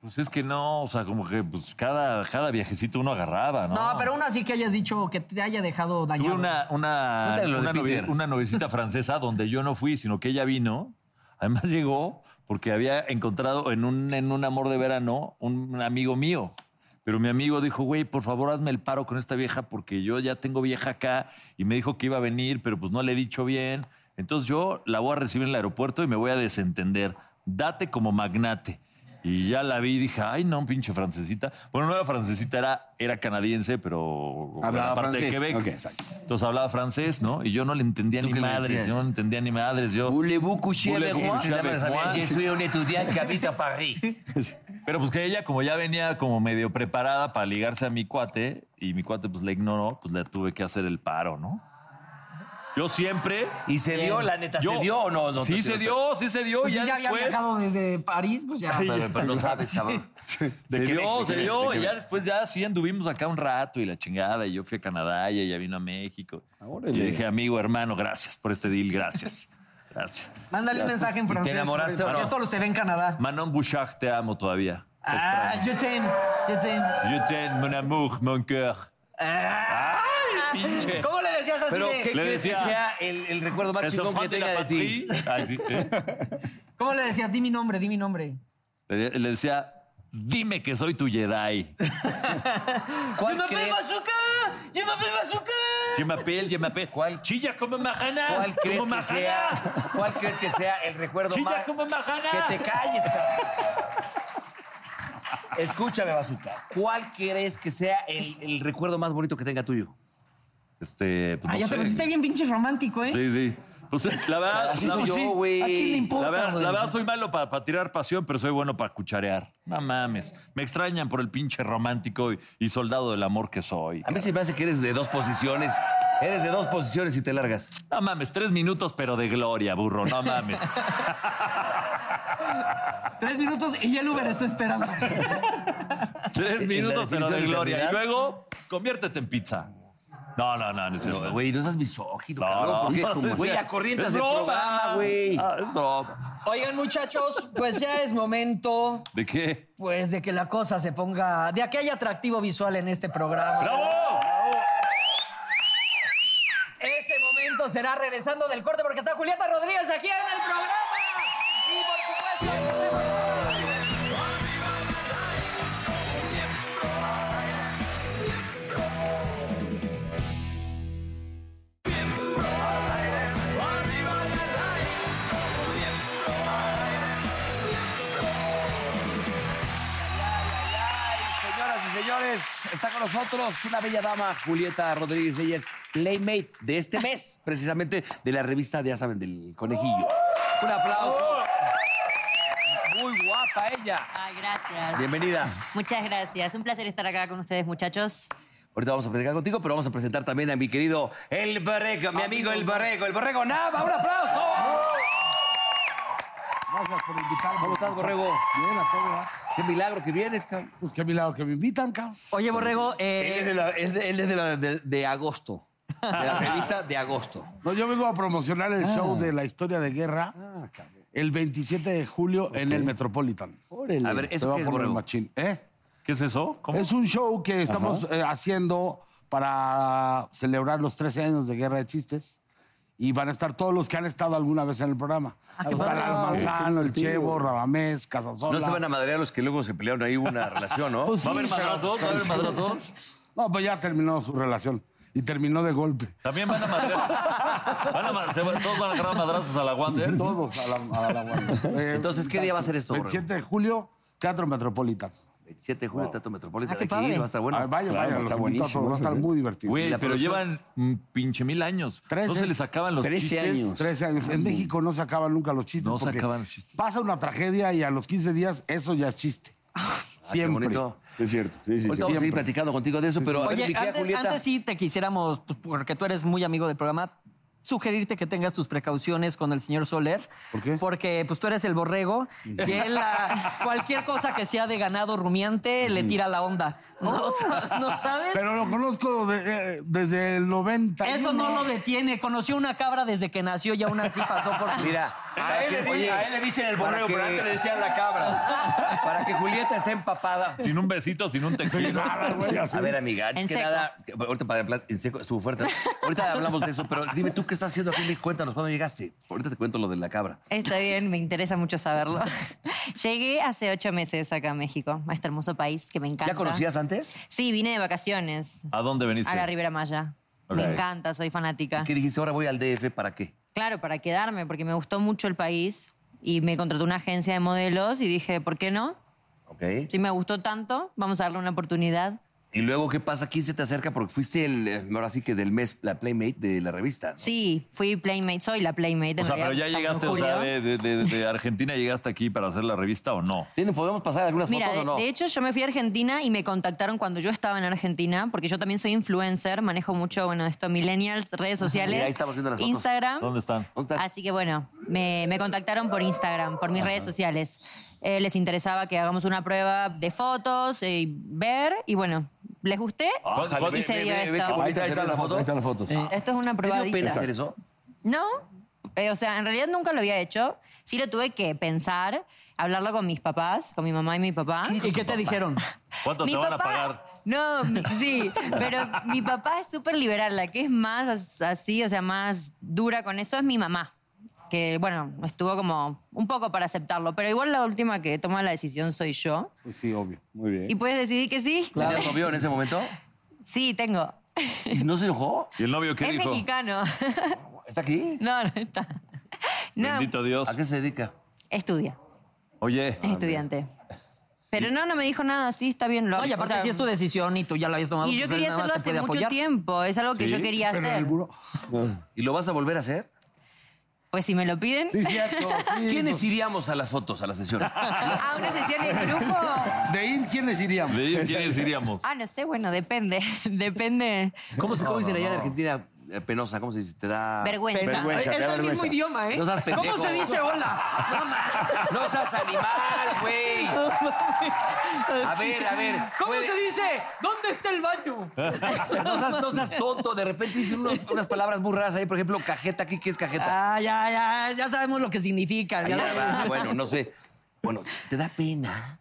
[SPEAKER 3] Pues es que no, o sea, como que pues, cada, cada viajecito uno agarraba, ¿no?
[SPEAKER 2] No, pero una sí que hayas dicho que te haya dejado
[SPEAKER 3] Tuve
[SPEAKER 2] dañado.
[SPEAKER 3] una, una,
[SPEAKER 5] Cuéntale lo de
[SPEAKER 3] una, novi-
[SPEAKER 5] Peter.
[SPEAKER 3] una noviecita francesa donde yo no fui, sino que ella vino. Además llegó porque había encontrado en un, en un amor de verano un, un amigo mío. Pero mi amigo dijo, güey, por favor hazme el paro con esta vieja porque yo ya tengo vieja acá y me dijo que iba a venir, pero pues no le he dicho bien. Entonces yo la voy a recibir en el aeropuerto y me voy a desentender. Date como magnate. Y ya la vi y dije, ay, no, pinche francesita. Bueno, no era francesita, era, era canadiense, pero
[SPEAKER 6] Hablaba
[SPEAKER 3] era parte
[SPEAKER 6] francés.
[SPEAKER 3] de Quebec.
[SPEAKER 6] Ok, exacto.
[SPEAKER 3] Entonces hablaba francés, ¿no? Y yo no le entendía ni
[SPEAKER 5] qué le
[SPEAKER 3] madres,
[SPEAKER 5] decías?
[SPEAKER 3] yo no le entendía ni madres, yo.
[SPEAKER 7] Voulez-vous coucher avec moi?
[SPEAKER 3] Voulez-vous coucher avec moi?
[SPEAKER 7] Je suis un étudiant qui habite à Paris.
[SPEAKER 3] Pero pues que ella como ya venía como medio preparada para ligarse a mi cuate y mi cuate pues la ignoró, pues le tuve que hacer el paro, ¿no? Yo siempre
[SPEAKER 5] Y se dio, la neta,
[SPEAKER 3] Yo-
[SPEAKER 5] ¿se dio o no? no
[SPEAKER 3] sí
[SPEAKER 5] te-
[SPEAKER 3] se dio, sí se dio
[SPEAKER 2] Pues
[SPEAKER 3] y ya,
[SPEAKER 2] sí, ya había
[SPEAKER 3] después
[SPEAKER 2] viajado desde París, pues ya.
[SPEAKER 5] Pero, pero no sabes, cabrón.
[SPEAKER 3] se dio, se dio y
[SPEAKER 5] Quebec.
[SPEAKER 3] ya después ya sí anduvimos acá un rato y la chingada y yo fui a Canadá y ella vino a México.
[SPEAKER 6] Órale.
[SPEAKER 3] Y le dije, "Amigo, hermano, gracias por este
[SPEAKER 5] *laughs*
[SPEAKER 3] deal, gracias." Gracias.
[SPEAKER 2] Mándale un mensaje en francés.
[SPEAKER 5] enamoraste
[SPEAKER 2] porque
[SPEAKER 5] o no?
[SPEAKER 2] Esto lo se ve en Canadá.
[SPEAKER 3] Manon Bouchard, te amo todavía. Te
[SPEAKER 2] Ah,
[SPEAKER 3] extraño.
[SPEAKER 2] yo t'aime, yo t'aime.
[SPEAKER 3] Je t'aime, mon amour, mon cœur. Ay, pinche.
[SPEAKER 2] ¿Cómo le decías así
[SPEAKER 5] Pero,
[SPEAKER 2] de-
[SPEAKER 5] ¿qué
[SPEAKER 3] Le
[SPEAKER 5] crees que
[SPEAKER 3] decía-
[SPEAKER 5] sea el, el recuerdo más
[SPEAKER 3] Es
[SPEAKER 5] chingón que
[SPEAKER 3] fan de
[SPEAKER 5] tenga de
[SPEAKER 3] la
[SPEAKER 5] ti?
[SPEAKER 3] patrie. Ay, sí, ¿eh?
[SPEAKER 2] ¿Cómo le decías? Di mi nombre, di mi nombre.
[SPEAKER 3] le, le decía, dime que soy tu Jedi.
[SPEAKER 7] ¿Cuál
[SPEAKER 2] ¡Yo me
[SPEAKER 7] crees?
[SPEAKER 2] pego azúcar! ¡Yo me pego azúcar!
[SPEAKER 3] Je m'appelle, je m'appelle.
[SPEAKER 5] ¿Cuál-
[SPEAKER 3] Chilla como majana.
[SPEAKER 5] ¿Cuál crees
[SPEAKER 3] como
[SPEAKER 5] que
[SPEAKER 3] majana.
[SPEAKER 5] sea, ¿Cuál crees que sea el recuerdo
[SPEAKER 3] Chilla
[SPEAKER 5] más?
[SPEAKER 3] como majana.
[SPEAKER 5] Que te calles, cabrón. Escúchame, Bazooka. ¿Cuál crees que sea el, el recuerdo más bonito que tenga tuyo?
[SPEAKER 3] Este, pues,
[SPEAKER 2] Ah,
[SPEAKER 3] no
[SPEAKER 2] ya te
[SPEAKER 3] sé.
[SPEAKER 2] pusiste bien pinche romántico, ¿eh?
[SPEAKER 3] Sí, sí. Pues la verdad,
[SPEAKER 5] Así
[SPEAKER 3] la-
[SPEAKER 5] soy
[SPEAKER 3] sí,
[SPEAKER 5] yo, güey.
[SPEAKER 2] ¿A quién le importa,
[SPEAKER 3] La verdad,
[SPEAKER 2] güey?
[SPEAKER 3] la verdad soy malo para tirar pasión, pero soy bueno para cucharear. No mames. Me extrañan por el pinche romántico y, y soldado del amor que soy.
[SPEAKER 5] A mí se me hace que eres de dos posiciones. Eres de dos posiciones y te largas.
[SPEAKER 3] No mames, tres minutos, pero de gloria, burro. No mames.
[SPEAKER 2] Tres minutos y ya el Uber está esperando.
[SPEAKER 5] *laughs*
[SPEAKER 3] Tres
[SPEAKER 5] ¿En
[SPEAKER 3] minutos,
[SPEAKER 5] la
[SPEAKER 3] pero
[SPEAKER 5] definición
[SPEAKER 3] de
[SPEAKER 5] de
[SPEAKER 3] gloria. Y
[SPEAKER 5] eternidad?
[SPEAKER 3] luego, conviértete en pizza. No, no, no, no es eso.
[SPEAKER 5] Güey, no seas misógino,
[SPEAKER 3] No,
[SPEAKER 5] cabrón.
[SPEAKER 3] no,
[SPEAKER 5] porque,
[SPEAKER 3] no, es-
[SPEAKER 5] güey, a corrientes
[SPEAKER 3] es
[SPEAKER 5] de
[SPEAKER 3] broma.
[SPEAKER 5] programa, güey.
[SPEAKER 3] Ah, es broma.
[SPEAKER 2] *laughs* Oigan, muchachos, pues ya es momento,
[SPEAKER 3] ¿De qué?
[SPEAKER 2] pues, de que la cosa se ponga... De que haya atractivo visual en este programa.
[SPEAKER 3] ¡Bravo!
[SPEAKER 5] ¡Oh!
[SPEAKER 2] Ese momento será regresando del corte porque está Julieta Rodríguez aquí en el programa. Y por supuesto
[SPEAKER 5] nosotros una bella dama, Julieta Rodríguez. Ella es Playmate de este mes, precisamente de la revista, de, ya saben, del conejillo. Un aplauso. Muy guapa ella.
[SPEAKER 10] Ay, gracias.
[SPEAKER 5] Bienvenida.
[SPEAKER 10] Muchas gracias. Un placer estar acá con ustedes, muchachos.
[SPEAKER 5] Ahorita vamos a platicar contigo, pero vamos a presentar también a mi querido El Borrego, mi amigo El Borrego, El Borrego Nava. ¡Un aplauso!
[SPEAKER 11] Gracias por invitarme.
[SPEAKER 5] ¿Cómo estás, Borrego?
[SPEAKER 11] Bien, a todo dar.
[SPEAKER 5] Qué milagro que vienes, cabrón.
[SPEAKER 11] Pues qué milagro que me invitan, cabrón.
[SPEAKER 7] Oye, Borrego. Él es de, la- es de- él es de la- de- de agosto. De la revista de agosto.
[SPEAKER 11] No, yo vengo a promocionar
[SPEAKER 5] Ah.
[SPEAKER 11] el show de la historia de guerra el 27 de julio en el Metropolitan.
[SPEAKER 6] Órale.
[SPEAKER 11] A ver, ¿eso qué es, Borrego? ¿Eh?
[SPEAKER 3] ¿Qué es eso? ¿Cómo?
[SPEAKER 11] Es un show que estamos eh, haciendo para celebrar los 13 años de Guerra de Chistes. Y van a estar todos los que han estado alguna vez en el programa.
[SPEAKER 5] qué
[SPEAKER 11] Está
[SPEAKER 5] padre.
[SPEAKER 11] Lalo Manzano,
[SPEAKER 5] Qué
[SPEAKER 11] el
[SPEAKER 5] divertido.
[SPEAKER 11] Chevo, Rabamés, Casasola.
[SPEAKER 5] No se van a madrear los que luego se pelearon ahí
[SPEAKER 11] *laughs*
[SPEAKER 5] hubo una relación, ¿no?
[SPEAKER 11] Pues sí, pero- No, pues ya terminó su relación. Y terminó de golpe.
[SPEAKER 3] También van
[SPEAKER 11] *laughs*
[SPEAKER 3] a madrear. Van a ma- se va- todos van a agarrar madrazos a la Wander.
[SPEAKER 11] Todos a la, a la Wander.
[SPEAKER 5] *laughs*
[SPEAKER 11] Eh,
[SPEAKER 5] Entonces, ¿qué día va a ser esto, Borrego?
[SPEAKER 11] 27 de julio, Teatro Metropolitan.
[SPEAKER 5] 27 de julio, Teatro Metropolitano.
[SPEAKER 11] Ah, qué
[SPEAKER 5] Hay que ir,
[SPEAKER 11] padre.
[SPEAKER 5] va a estar bueno.
[SPEAKER 11] Ah, vaya, vaya, los invito a todos, va a estar muy divertido.
[SPEAKER 3] Güey,
[SPEAKER 11] Y la
[SPEAKER 3] pero
[SPEAKER 11] producción-
[SPEAKER 3] llevan mm, pinche mil años. No se les acaban los chistes.
[SPEAKER 11] 13 años. En México no se acaban nunca los chistes.
[SPEAKER 3] No se
[SPEAKER 11] porque
[SPEAKER 3] acaban los chistes.
[SPEAKER 11] Pasa una tragedia y a los 15 días eso ya es
[SPEAKER 5] *laughs*
[SPEAKER 11] chiste.
[SPEAKER 5] Ah,
[SPEAKER 11] Siempre.
[SPEAKER 5] bonito.
[SPEAKER 4] Es cierto.
[SPEAKER 5] Ahorita vamos a seguir
[SPEAKER 11] Siempre.
[SPEAKER 5] platicando contigo de eso, pero a ver, mi
[SPEAKER 7] Oye,
[SPEAKER 5] querida
[SPEAKER 7] antes,
[SPEAKER 5] Julieta.
[SPEAKER 7] antes sí te quisiéramos, pues, porque tú eres muy amigo del programa, sugerirte que tengas tus precauciones con el señor Soler. ¿Por qué? Porque pues, tú eres el borrego y él a cualquier cosa que sea de ganado rumiante le tira la onda. ¿No,
[SPEAKER 5] Oh.
[SPEAKER 7] sa- *laughs* no sabes?
[SPEAKER 11] Pero lo conozco de- eh, desde el 90.
[SPEAKER 7] Eso
[SPEAKER 5] ¿eh?
[SPEAKER 7] no lo detiene. Conoció una cabra desde que nació y aún así pasó por...
[SPEAKER 5] Mira, para que- oye, para que- Para que Julieta esté empapada.
[SPEAKER 3] Sin un besito, sin un tequila.
[SPEAKER 5] A ver, amiga, antes
[SPEAKER 3] En
[SPEAKER 5] que
[SPEAKER 3] seco.
[SPEAKER 5] nada, que- ahorita para hablar- en seco estuvo fuerte.
[SPEAKER 10] *laughs*
[SPEAKER 5] Ahorita hablamos de eso, pero dime tú qué estás haciendo aquí, cuéntanos cuándo llegaste. Ahorita te cuento lo de la cabra.
[SPEAKER 10] Está bien, me interesa mucho saberlo. Llegué hace ocho meses acá a México, a este hermoso país que me encanta.
[SPEAKER 3] ¿Ya conocías
[SPEAKER 5] antes?
[SPEAKER 10] Sí, vine de vacaciones
[SPEAKER 3] ¿A dónde veniste?
[SPEAKER 10] a la Ribera Maya.
[SPEAKER 3] Ok.
[SPEAKER 10] Me encanta, soy fanática.
[SPEAKER 5] ¿Qué dijiste? Ahora voy al DF, ¿para qué?
[SPEAKER 10] Claro, para quedarme, porque me gustó mucho el país y me contrató una agencia de modelos y dije, ¿por qué no?
[SPEAKER 5] ¿Ok?
[SPEAKER 10] Si me gustó tanto, vamos a darle una oportunidad.
[SPEAKER 5] Y luego, ¿qué pasa? ¿Quién se te acerca? Porque fuiste el, eh, ahora sí que del mes, la Playmate de la revista.
[SPEAKER 10] Sí, fui Playmate, soy la Playmate.
[SPEAKER 3] O
[SPEAKER 10] en
[SPEAKER 3] sea, pero ya
[SPEAKER 10] realidad, estamos
[SPEAKER 3] llegaste,
[SPEAKER 10] en
[SPEAKER 3] o sea,
[SPEAKER 10] julio.
[SPEAKER 3] de, de- de- de Argentina llegaste aquí para hacer la revista o no.
[SPEAKER 5] ¿Podemos pasar algunas
[SPEAKER 10] Mira, de, de hecho yo me fui a Argentina y me contactaron cuando yo estaba en Argentina, porque yo también soy influencer, manejo mucho, bueno, esto, millennials, redes sociales,
[SPEAKER 5] Mira, ahí estamos viendo las fotos.
[SPEAKER 10] Instagram.
[SPEAKER 3] ¿Dónde están?
[SPEAKER 5] ¿Eh?
[SPEAKER 10] Así que bueno, me, me contactaron por Instagram, por mis redes sociales. Eh, les interesaba que hagamos una prueba de fotos y ver, y bueno, les gusté
[SPEAKER 6] Ájale,
[SPEAKER 10] y
[SPEAKER 6] ve,
[SPEAKER 10] se
[SPEAKER 6] ve,
[SPEAKER 10] dio
[SPEAKER 6] ve, ve qué
[SPEAKER 10] esto.
[SPEAKER 6] bonita Ahí está, ahí está se ve la la foto, foto. ahí está la foto.
[SPEAKER 10] Eh, Esto es una
[SPEAKER 5] ¿Te dio
[SPEAKER 10] prueba.
[SPEAKER 5] pena hacer eso?
[SPEAKER 10] No, eh, o sea, en realidad nunca lo había hecho. Sí lo tuve que pensar, hablarlo con mis papás, con mi mamá y mi papá.
[SPEAKER 7] ¿Y qué te dijeron?
[SPEAKER 3] ¿Cuánto
[SPEAKER 10] Mi
[SPEAKER 3] te van
[SPEAKER 10] papá-
[SPEAKER 3] a pagar?
[SPEAKER 10] No, mi- sí, pero mi papá es súper liberal. La que es más as- así, o sea, más dura con eso es mi mamá. Que, bueno, estuvo como un poco para aceptarlo. Pero igual la última que toma la decisión soy yo.
[SPEAKER 11] Pues sí, obvio. Muy bien.
[SPEAKER 10] Y puedes decidir que sí.
[SPEAKER 5] ¿Tenías novio en ese momento?
[SPEAKER 10] Sí, tengo.
[SPEAKER 5] ¿Y no se enojó?
[SPEAKER 3] ¿Y el novio
[SPEAKER 10] es mexicano.
[SPEAKER 5] ¿Está aquí?
[SPEAKER 10] No, no está. No,
[SPEAKER 3] Bendito Dios. ¿A
[SPEAKER 5] qué se dedica?
[SPEAKER 10] estudia.
[SPEAKER 3] Oye.
[SPEAKER 10] Es estudiante. Pero no, no me dijo nada. Sí, está bien. Lo,
[SPEAKER 7] No, y aparte
[SPEAKER 10] o sea,
[SPEAKER 7] si es tu decisión y tú ya la habías tomado.
[SPEAKER 10] Y yo
[SPEAKER 7] pues, él
[SPEAKER 10] quería
[SPEAKER 7] nada más
[SPEAKER 10] hacerlo
[SPEAKER 7] te
[SPEAKER 10] hace
[SPEAKER 7] puede
[SPEAKER 10] mucho
[SPEAKER 7] apoyar.
[SPEAKER 10] tiempo. Es algo que yo quería hacer.
[SPEAKER 5] ¿Y lo vas a volver a hacer?
[SPEAKER 10] Pues si me lo piden.
[SPEAKER 5] ¿Quiénes iríamos a las fotos, a
[SPEAKER 7] *laughs*
[SPEAKER 5] las sesiones?
[SPEAKER 10] ¿A una sesión en grupo?
[SPEAKER 11] ¿De ir quiénes iríamos?
[SPEAKER 3] ¿De ir quiénes iríamos?
[SPEAKER 10] Ah, no sé, bueno, depende. *laughs* Depende.
[SPEAKER 5] ¿Cómo se cómo dicen allá
[SPEAKER 10] no.
[SPEAKER 5] en Argentina? eh, Penosa, ¿cómo se dice? Te da...
[SPEAKER 10] Vergüenza.
[SPEAKER 7] Es
[SPEAKER 5] te
[SPEAKER 7] el mismo
[SPEAKER 5] da Ah, vergüenza.
[SPEAKER 7] idioma, ¿eh?
[SPEAKER 5] No seas pendejo.
[SPEAKER 7] ¿Cómo se dice hola? No ma-
[SPEAKER 5] *laughs* No seas animal,
[SPEAKER 7] *laughs*
[SPEAKER 5] güey.
[SPEAKER 7] A
[SPEAKER 5] ver, a ver.
[SPEAKER 7] ¿Cómo se dice? ¿Dónde está el baño?
[SPEAKER 5] No seas, no seas tonto, de repente dicen unos- unas palabras muy raras ahí, por ejemplo, cajeta, ¿qué, qué es cajeta?
[SPEAKER 7] Ah, ya, ya, ya sabemos lo que significa. ya
[SPEAKER 5] Ahí
[SPEAKER 7] lo-
[SPEAKER 5] va, Ah, bueno, no sé. Bueno, te da *laughs* pena.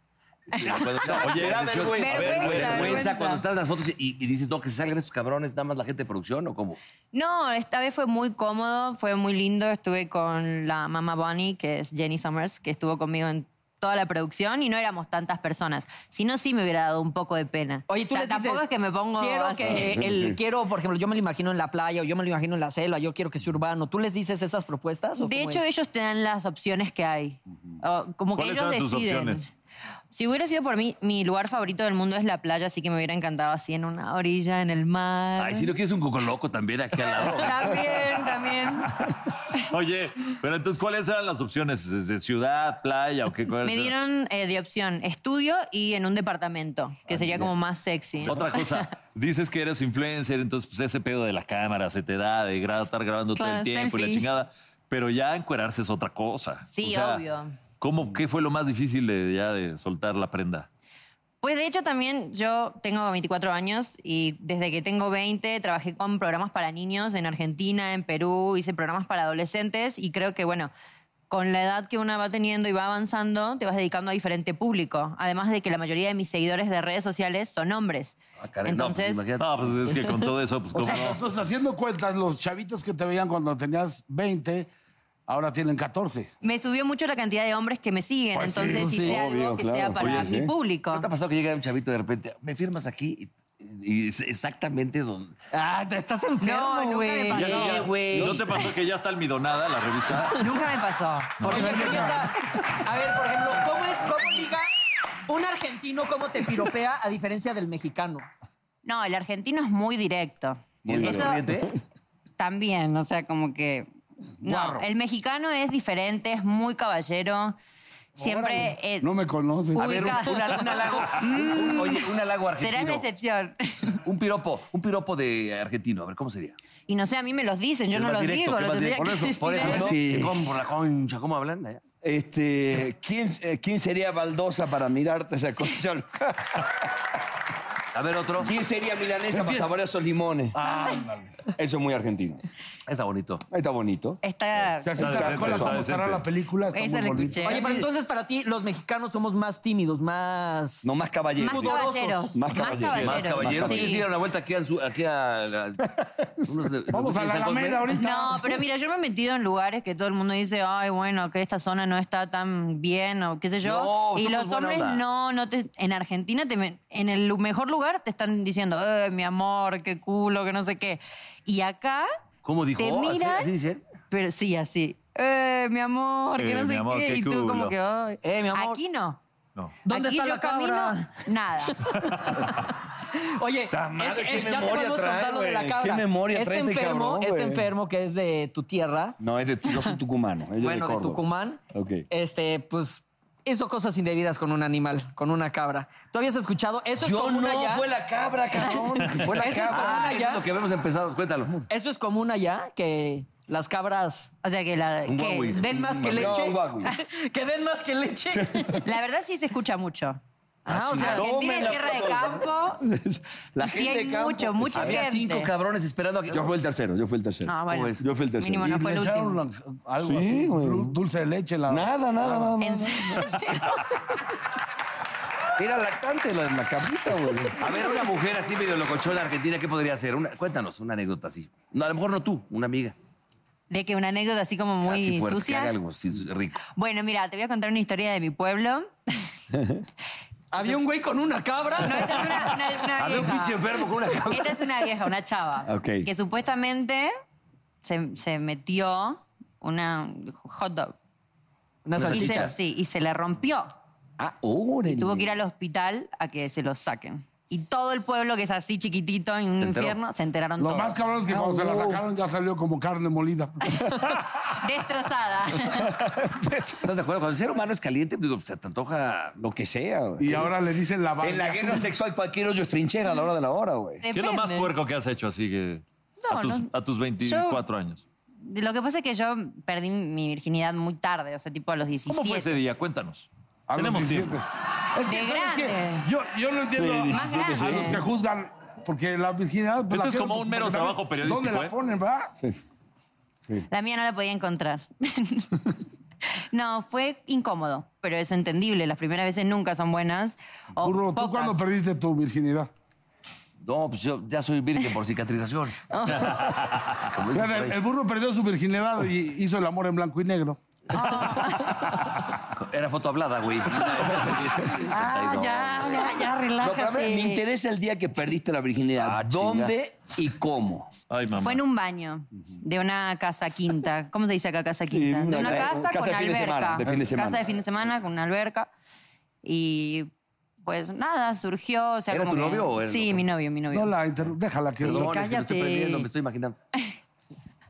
[SPEAKER 5] Cuando estás-
[SPEAKER 3] Oye, da
[SPEAKER 5] a ver,
[SPEAKER 3] vergüenza. Vergüenza, vergüenza.
[SPEAKER 5] cuando estás en las fotos y, y dices, no, que salgan estos cabrones, nada más la gente de producción o cómo.
[SPEAKER 10] No, esta vez fue muy cómodo, fue muy lindo. Estuve con la mamá Bonnie, que es Jenny Summers, que estuvo conmigo en toda la producción y no éramos tantas personas. Si no, sí me hubiera dado un poco de pena.
[SPEAKER 7] Oye, tú
[SPEAKER 10] O sea,
[SPEAKER 7] les dices,
[SPEAKER 10] tampoco es que me pongo
[SPEAKER 7] Quiero
[SPEAKER 10] así.
[SPEAKER 7] que el, quiero, por ejemplo, yo me lo imagino en la playa o yo me lo imagino en la selva, yo quiero que sea urbano. ¿Tú les dices esas propuestas? o
[SPEAKER 10] De
[SPEAKER 7] cómo
[SPEAKER 10] hecho,
[SPEAKER 7] es?
[SPEAKER 10] ellos te dan las opciones que hay. O, como que
[SPEAKER 3] ¿Cuáles
[SPEAKER 10] ellos
[SPEAKER 3] eran tus
[SPEAKER 10] deciden.
[SPEAKER 3] opciones?
[SPEAKER 10] Si hubiera sido por mí, mi lugar favorito del mundo es la playa, así que me hubiera encantado así en una orilla, en el mar.
[SPEAKER 3] Ay, si no quieres un coco loco también aquí al lado.
[SPEAKER 10] También, también.
[SPEAKER 3] Oye, pero entonces, ¿cuáles eran las opciones? ¿De ciudad, playa o qué? cuál
[SPEAKER 10] Me
[SPEAKER 3] era?
[SPEAKER 10] dieron eh, de opción estudio y en un departamento, que sería como más sexy.
[SPEAKER 3] Otra cosa, dices que eres influencer, entonces pues, ese pedo de la cámara se te da, de gra- estar grabando todo
[SPEAKER 10] Claro,
[SPEAKER 3] el tiempo y la
[SPEAKER 10] selfie.
[SPEAKER 3] chingada. Pero ya encuerarse es otra cosa.
[SPEAKER 10] Sí,
[SPEAKER 3] O sea,
[SPEAKER 10] obvio.
[SPEAKER 3] ¿Cómo, ¿Qué fue lo más difícil de, ya de soltar la prenda?
[SPEAKER 10] Pues de hecho también yo tengo 24 años y desde que tengo 20 trabajé con programas para niños en Argentina, en Perú, hice programas para adolescentes y creo que bueno, con la edad que una va teniendo y va avanzando, te vas dedicando a diferente público. Además de que la mayoría de mis seguidores de redes sociales son hombres.
[SPEAKER 5] Ah,
[SPEAKER 11] caray, no, pues,
[SPEAKER 10] Entonces,
[SPEAKER 11] imagínate.
[SPEAKER 3] No, pues es que con todo eso, pues
[SPEAKER 11] *laughs* O
[SPEAKER 3] cómo
[SPEAKER 11] sea,
[SPEAKER 3] no.
[SPEAKER 11] entonces, haciendo cuentas, los chavitos que te veían cuando tenías 20, ahora tienen 14.
[SPEAKER 10] me subió mucho la cantidad de hombres que me siguen,
[SPEAKER 11] Pues sí,
[SPEAKER 10] entonces
[SPEAKER 11] sí,
[SPEAKER 10] hice
[SPEAKER 11] obvio,
[SPEAKER 10] algo que
[SPEAKER 11] claro.
[SPEAKER 10] sea para
[SPEAKER 11] Oye,
[SPEAKER 10] mi
[SPEAKER 11] sí.
[SPEAKER 10] público.
[SPEAKER 5] ¿No te ha pasado que llega un chavito de repente, me firmas aquí y, y es exactamente donde...
[SPEAKER 7] Ah, te estás
[SPEAKER 10] No,
[SPEAKER 7] enfermo,
[SPEAKER 10] nunca me
[SPEAKER 7] güey.
[SPEAKER 10] pasó.
[SPEAKER 3] Ya, ya, ¿No te pasó que ya está almidonada
[SPEAKER 11] *laughs*
[SPEAKER 3] la revista?
[SPEAKER 10] Nunca
[SPEAKER 7] *laughs*
[SPEAKER 10] me pasó.
[SPEAKER 7] Por
[SPEAKER 3] Oye,
[SPEAKER 7] suerte,
[SPEAKER 3] Julieta,
[SPEAKER 7] no. A ver, por ejemplo, ¿cómo es, cómo liga un argentino, cómo te piropea a diferencia del mexicano?
[SPEAKER 10] No, el argentino es muy directo. Eso- También, o sea, como que... No,
[SPEAKER 11] Guarro.
[SPEAKER 10] el mexicano es diferente, es muy caballero. Siempre... eh,
[SPEAKER 11] no me conoces.
[SPEAKER 10] A ver, ubica- un- un halago- un halago- Mm.
[SPEAKER 5] Oye, un halago argentino.
[SPEAKER 10] será la excepción.
[SPEAKER 5] Un piropo, un piropo de argentino. A ver, ¿cómo sería?
[SPEAKER 10] Y no sé, a mí me los dicen, yo
[SPEAKER 5] Es
[SPEAKER 10] no
[SPEAKER 5] más
[SPEAKER 10] los
[SPEAKER 5] directo,
[SPEAKER 10] digo.
[SPEAKER 5] ¿qué
[SPEAKER 10] lo
[SPEAKER 5] más
[SPEAKER 10] tendría
[SPEAKER 5] directo?
[SPEAKER 10] que
[SPEAKER 5] Por eso, por
[SPEAKER 10] decir
[SPEAKER 5] eso,
[SPEAKER 10] él.
[SPEAKER 5] ¿no?
[SPEAKER 6] Sí.
[SPEAKER 5] ¿Cómo por la concha? ¿Cómo hablan allá?
[SPEAKER 6] Este, ¿quién, eh, ¿Quién sería baldosa para mirarte esa concha?
[SPEAKER 5] A ver, otro.
[SPEAKER 6] ¿Quién sería milanesa para
[SPEAKER 5] Empieza.
[SPEAKER 6] saborear esos limones?
[SPEAKER 5] Ándale.
[SPEAKER 6] Eso es muy argentino.
[SPEAKER 5] Está bonito.
[SPEAKER 6] Está bonito.
[SPEAKER 10] Está...
[SPEAKER 6] Está decente,
[SPEAKER 11] con la
[SPEAKER 6] está
[SPEAKER 11] cómo será
[SPEAKER 6] decente.
[SPEAKER 11] la película, está
[SPEAKER 10] Esa
[SPEAKER 11] muy
[SPEAKER 10] la
[SPEAKER 11] bonita.
[SPEAKER 10] escuché.
[SPEAKER 7] Oye, pero entonces para ti los mexicanos somos más tímidos, más...
[SPEAKER 6] No, más caballeros.
[SPEAKER 10] Más
[SPEAKER 7] Pudorosos.
[SPEAKER 10] caballeros.
[SPEAKER 6] Más caballeros.
[SPEAKER 5] Más caballero. ¿Quieres ir a una vuelta aquí a... su- aquí
[SPEAKER 11] *laughs*
[SPEAKER 5] a la- unos de-
[SPEAKER 11] Vamos a la
[SPEAKER 5] San Cosme?
[SPEAKER 11] Alameda ahorita.
[SPEAKER 10] No, pero mira, yo me he metido en lugares que todo el mundo dice, ay, bueno, que esta zona no está tan bien o qué sé yo.
[SPEAKER 5] No,
[SPEAKER 10] y
[SPEAKER 5] somos
[SPEAKER 10] los
[SPEAKER 5] buena
[SPEAKER 10] hombres
[SPEAKER 5] onda.
[SPEAKER 10] no, no te, en Argentina, te me- en el mejor lugar te están diciendo, "Eh, mi amor, qué culo, que no sé qué. Y acá,
[SPEAKER 5] ¿Cómo dijo?
[SPEAKER 10] Te
[SPEAKER 5] ¿Así-
[SPEAKER 10] miran.
[SPEAKER 5] así dicen?
[SPEAKER 10] pero sí, así, eh, mi amor, que
[SPEAKER 3] Eh,
[SPEAKER 10] no
[SPEAKER 3] mi
[SPEAKER 10] sé
[SPEAKER 3] amor,
[SPEAKER 10] qué.
[SPEAKER 3] qué
[SPEAKER 10] y tú como
[SPEAKER 3] culo.
[SPEAKER 10] que, ay,
[SPEAKER 7] Eh, mi amor.
[SPEAKER 10] aquí no.
[SPEAKER 3] No.
[SPEAKER 7] ¿Dónde
[SPEAKER 10] Aquí
[SPEAKER 7] está
[SPEAKER 10] yo
[SPEAKER 7] la
[SPEAKER 10] camino,
[SPEAKER 7] cabra?
[SPEAKER 10] *laughs* nada.
[SPEAKER 7] *laughs* Oye,
[SPEAKER 6] madre,
[SPEAKER 7] es-
[SPEAKER 6] qué
[SPEAKER 7] eh, ya te
[SPEAKER 6] memoria
[SPEAKER 7] podemos
[SPEAKER 6] trae,
[SPEAKER 7] contar lo de la
[SPEAKER 6] güey.
[SPEAKER 7] cabra.
[SPEAKER 6] Qué memoria
[SPEAKER 7] este
[SPEAKER 6] trae este
[SPEAKER 7] enfermo,
[SPEAKER 6] cabrón,
[SPEAKER 7] Este
[SPEAKER 6] güey.
[SPEAKER 7] enfermo que es de tu tierra,
[SPEAKER 6] No, es de, yo soy tucumano. ella es
[SPEAKER 7] bueno, de,
[SPEAKER 6] Córdoba.
[SPEAKER 7] Tucumán,
[SPEAKER 6] Ok.
[SPEAKER 7] este, pues hizo cosas indebidas con un animal, con una cabra. ¿Tú habías escuchado? Eso es
[SPEAKER 6] Yo
[SPEAKER 7] común
[SPEAKER 6] no,
[SPEAKER 7] allá. *laughs*
[SPEAKER 6] fue la cabra, cabrón. Fue la
[SPEAKER 7] Eso es
[SPEAKER 6] cabra.
[SPEAKER 7] común
[SPEAKER 5] Ah, eso es
[SPEAKER 7] allá.
[SPEAKER 5] lo que habíamos empezado. Cuéntalo.
[SPEAKER 7] Eso es común allá, que las cabras
[SPEAKER 10] O sea que la...
[SPEAKER 5] Un
[SPEAKER 10] que-
[SPEAKER 5] guagüis.
[SPEAKER 7] den más que
[SPEAKER 6] No,
[SPEAKER 7] leche.
[SPEAKER 6] guagui.
[SPEAKER 7] *laughs* que den más que leche.
[SPEAKER 10] la verdad sí se escucha mucho.
[SPEAKER 7] Ah, o sea,
[SPEAKER 10] Argentina es
[SPEAKER 6] Tómela,
[SPEAKER 10] tierra de
[SPEAKER 6] por
[SPEAKER 10] campo.
[SPEAKER 6] La
[SPEAKER 10] y sí
[SPEAKER 6] gente
[SPEAKER 10] hay
[SPEAKER 6] de campo,
[SPEAKER 10] mucho, mucha
[SPEAKER 5] Había
[SPEAKER 10] gente.
[SPEAKER 5] cinco cabrones esperando a que...
[SPEAKER 6] Yo fui el tercero, yo fui el tercero.
[SPEAKER 10] Ah, bueno.
[SPEAKER 6] Yo fui el tercero.
[SPEAKER 10] Mínimo no fue
[SPEAKER 11] Le
[SPEAKER 10] el
[SPEAKER 11] echaron
[SPEAKER 10] último.
[SPEAKER 11] la- algo
[SPEAKER 6] Sí,
[SPEAKER 11] así,
[SPEAKER 6] güey.
[SPEAKER 11] dul- dulce de leche. La...
[SPEAKER 6] Nada, nada, nada.
[SPEAKER 10] *laughs* En serio.
[SPEAKER 6] Era lactante la, la cabrita, güey.
[SPEAKER 5] A ver, una mujer así medio locochona argentina, ¿qué podría hacer? Una- cuéntanos una anécdota así. No, a lo mejor no tú, una amiga.
[SPEAKER 10] De que una anécdota así como
[SPEAKER 5] así
[SPEAKER 10] muy
[SPEAKER 5] fuerte, que haga
[SPEAKER 10] sucia.
[SPEAKER 5] algo así rico.
[SPEAKER 10] Bueno, mira, te voy a contar una historia de mi pueblo. *laughs*
[SPEAKER 7] Había un güey con una cabra.
[SPEAKER 10] No, esta es una, una- una
[SPEAKER 5] Había un
[SPEAKER 10] vieja.
[SPEAKER 5] pinche enfermo con una
[SPEAKER 7] *laughs*
[SPEAKER 5] cabra.
[SPEAKER 10] Esta es una vieja, una
[SPEAKER 5] *laughs*
[SPEAKER 10] chava.
[SPEAKER 6] Ok.
[SPEAKER 10] Que supuestamente se, se metió una hot dog.
[SPEAKER 7] Una
[SPEAKER 10] Y se,
[SPEAKER 7] salchicha.
[SPEAKER 10] sí, y se le rompió.
[SPEAKER 6] Ah,
[SPEAKER 10] Y tuvo que ir al hospital a que se lo saquen. Y todo el pueblo que es así chiquitito en un
[SPEAKER 5] Se enteró.
[SPEAKER 10] infierno se enteraron
[SPEAKER 11] Lo
[SPEAKER 10] todos. Ah,
[SPEAKER 11] más cabrón es que cuando se la sacaron ya salió como carne molida.
[SPEAKER 10] Destrozada.
[SPEAKER 5] ¿Estás de acuerdo? Cuando el ser humano es caliente, pues, digo, se te antoja...
[SPEAKER 6] Lo que sea, güey.
[SPEAKER 11] Y ahora le dicen la
[SPEAKER 6] En la
[SPEAKER 11] vaca.
[SPEAKER 6] guerra sexual cualquier hoyo es trinchera a la hora de la hora, güey.
[SPEAKER 3] ¿Qué es lo más
[SPEAKER 10] Depende.
[SPEAKER 3] puerco que has hecho así que
[SPEAKER 10] No,
[SPEAKER 3] a, tus,
[SPEAKER 10] no.
[SPEAKER 3] a tus 24 años?
[SPEAKER 10] Lo que pasa es que yo perdí mi virginidad muy tarde, o sea, tipo a los 17.
[SPEAKER 3] ¿Cómo fue ese día? Cuéntanos.
[SPEAKER 11] A los
[SPEAKER 3] Tenemos
[SPEAKER 11] 17.
[SPEAKER 3] tiempo.
[SPEAKER 10] Ah,
[SPEAKER 11] Es
[SPEAKER 10] De
[SPEAKER 11] ¿sabes qué?
[SPEAKER 10] grande.
[SPEAKER 11] Yo, yo no entiendo
[SPEAKER 6] Sí,
[SPEAKER 10] Más
[SPEAKER 11] a
[SPEAKER 10] grande.
[SPEAKER 11] los que juzgan, porque la virginidad... pues,
[SPEAKER 3] Esto
[SPEAKER 11] la
[SPEAKER 3] es
[SPEAKER 11] tienen,
[SPEAKER 3] como un mero
[SPEAKER 11] porque también,
[SPEAKER 3] trabajo periodístico,
[SPEAKER 11] ¿Dónde la
[SPEAKER 3] ¿eh?
[SPEAKER 11] ponen, verdad?
[SPEAKER 10] La mía no la podía encontrar. *laughs* no, fue incómodo, pero es entendible. Las primeras veces nunca son buenas. O
[SPEAKER 11] Burro, ¿tú
[SPEAKER 10] pocas.
[SPEAKER 11] cuándo perdiste tu virginidad?
[SPEAKER 5] No, pues yo ya soy virgen por cicatrización.
[SPEAKER 7] *laughs*
[SPEAKER 5] Como
[SPEAKER 11] Bueno,
[SPEAKER 5] dicen por
[SPEAKER 11] el,
[SPEAKER 5] ahí.
[SPEAKER 11] el burro perdió su virginidad y hizo el amor en blanco y negro.
[SPEAKER 5] Era foto hablada,
[SPEAKER 10] *laughs*
[SPEAKER 5] güey. ah, ya, ya, ya,
[SPEAKER 6] No, pero a ver, me interesa el día que perdiste la virginidad.
[SPEAKER 5] Ah, chinga.
[SPEAKER 6] ¿Dónde y cómo?
[SPEAKER 3] Ay, mamá.
[SPEAKER 10] Fue en un baño de una casa quinta. ¿Cómo se dice acá casa quinta?
[SPEAKER 6] Sí,
[SPEAKER 10] de una
[SPEAKER 6] una
[SPEAKER 10] casa,
[SPEAKER 6] casa
[SPEAKER 10] con
[SPEAKER 6] de fin de
[SPEAKER 10] alberca.
[SPEAKER 6] semana, de fin de semana.
[SPEAKER 10] Casa de fin de semana con una alberca. Y pues nada, surgió. O sea,
[SPEAKER 5] ¿Era
[SPEAKER 10] como
[SPEAKER 5] tu
[SPEAKER 10] que-
[SPEAKER 5] novio o era
[SPEAKER 10] Sí,
[SPEAKER 5] otro?
[SPEAKER 10] mi novio, mi novio.
[SPEAKER 11] No la interru- Déjala que
[SPEAKER 5] Perdón, es que me estoy
[SPEAKER 10] cállate.
[SPEAKER 5] perdiendo, me estoy imaginando.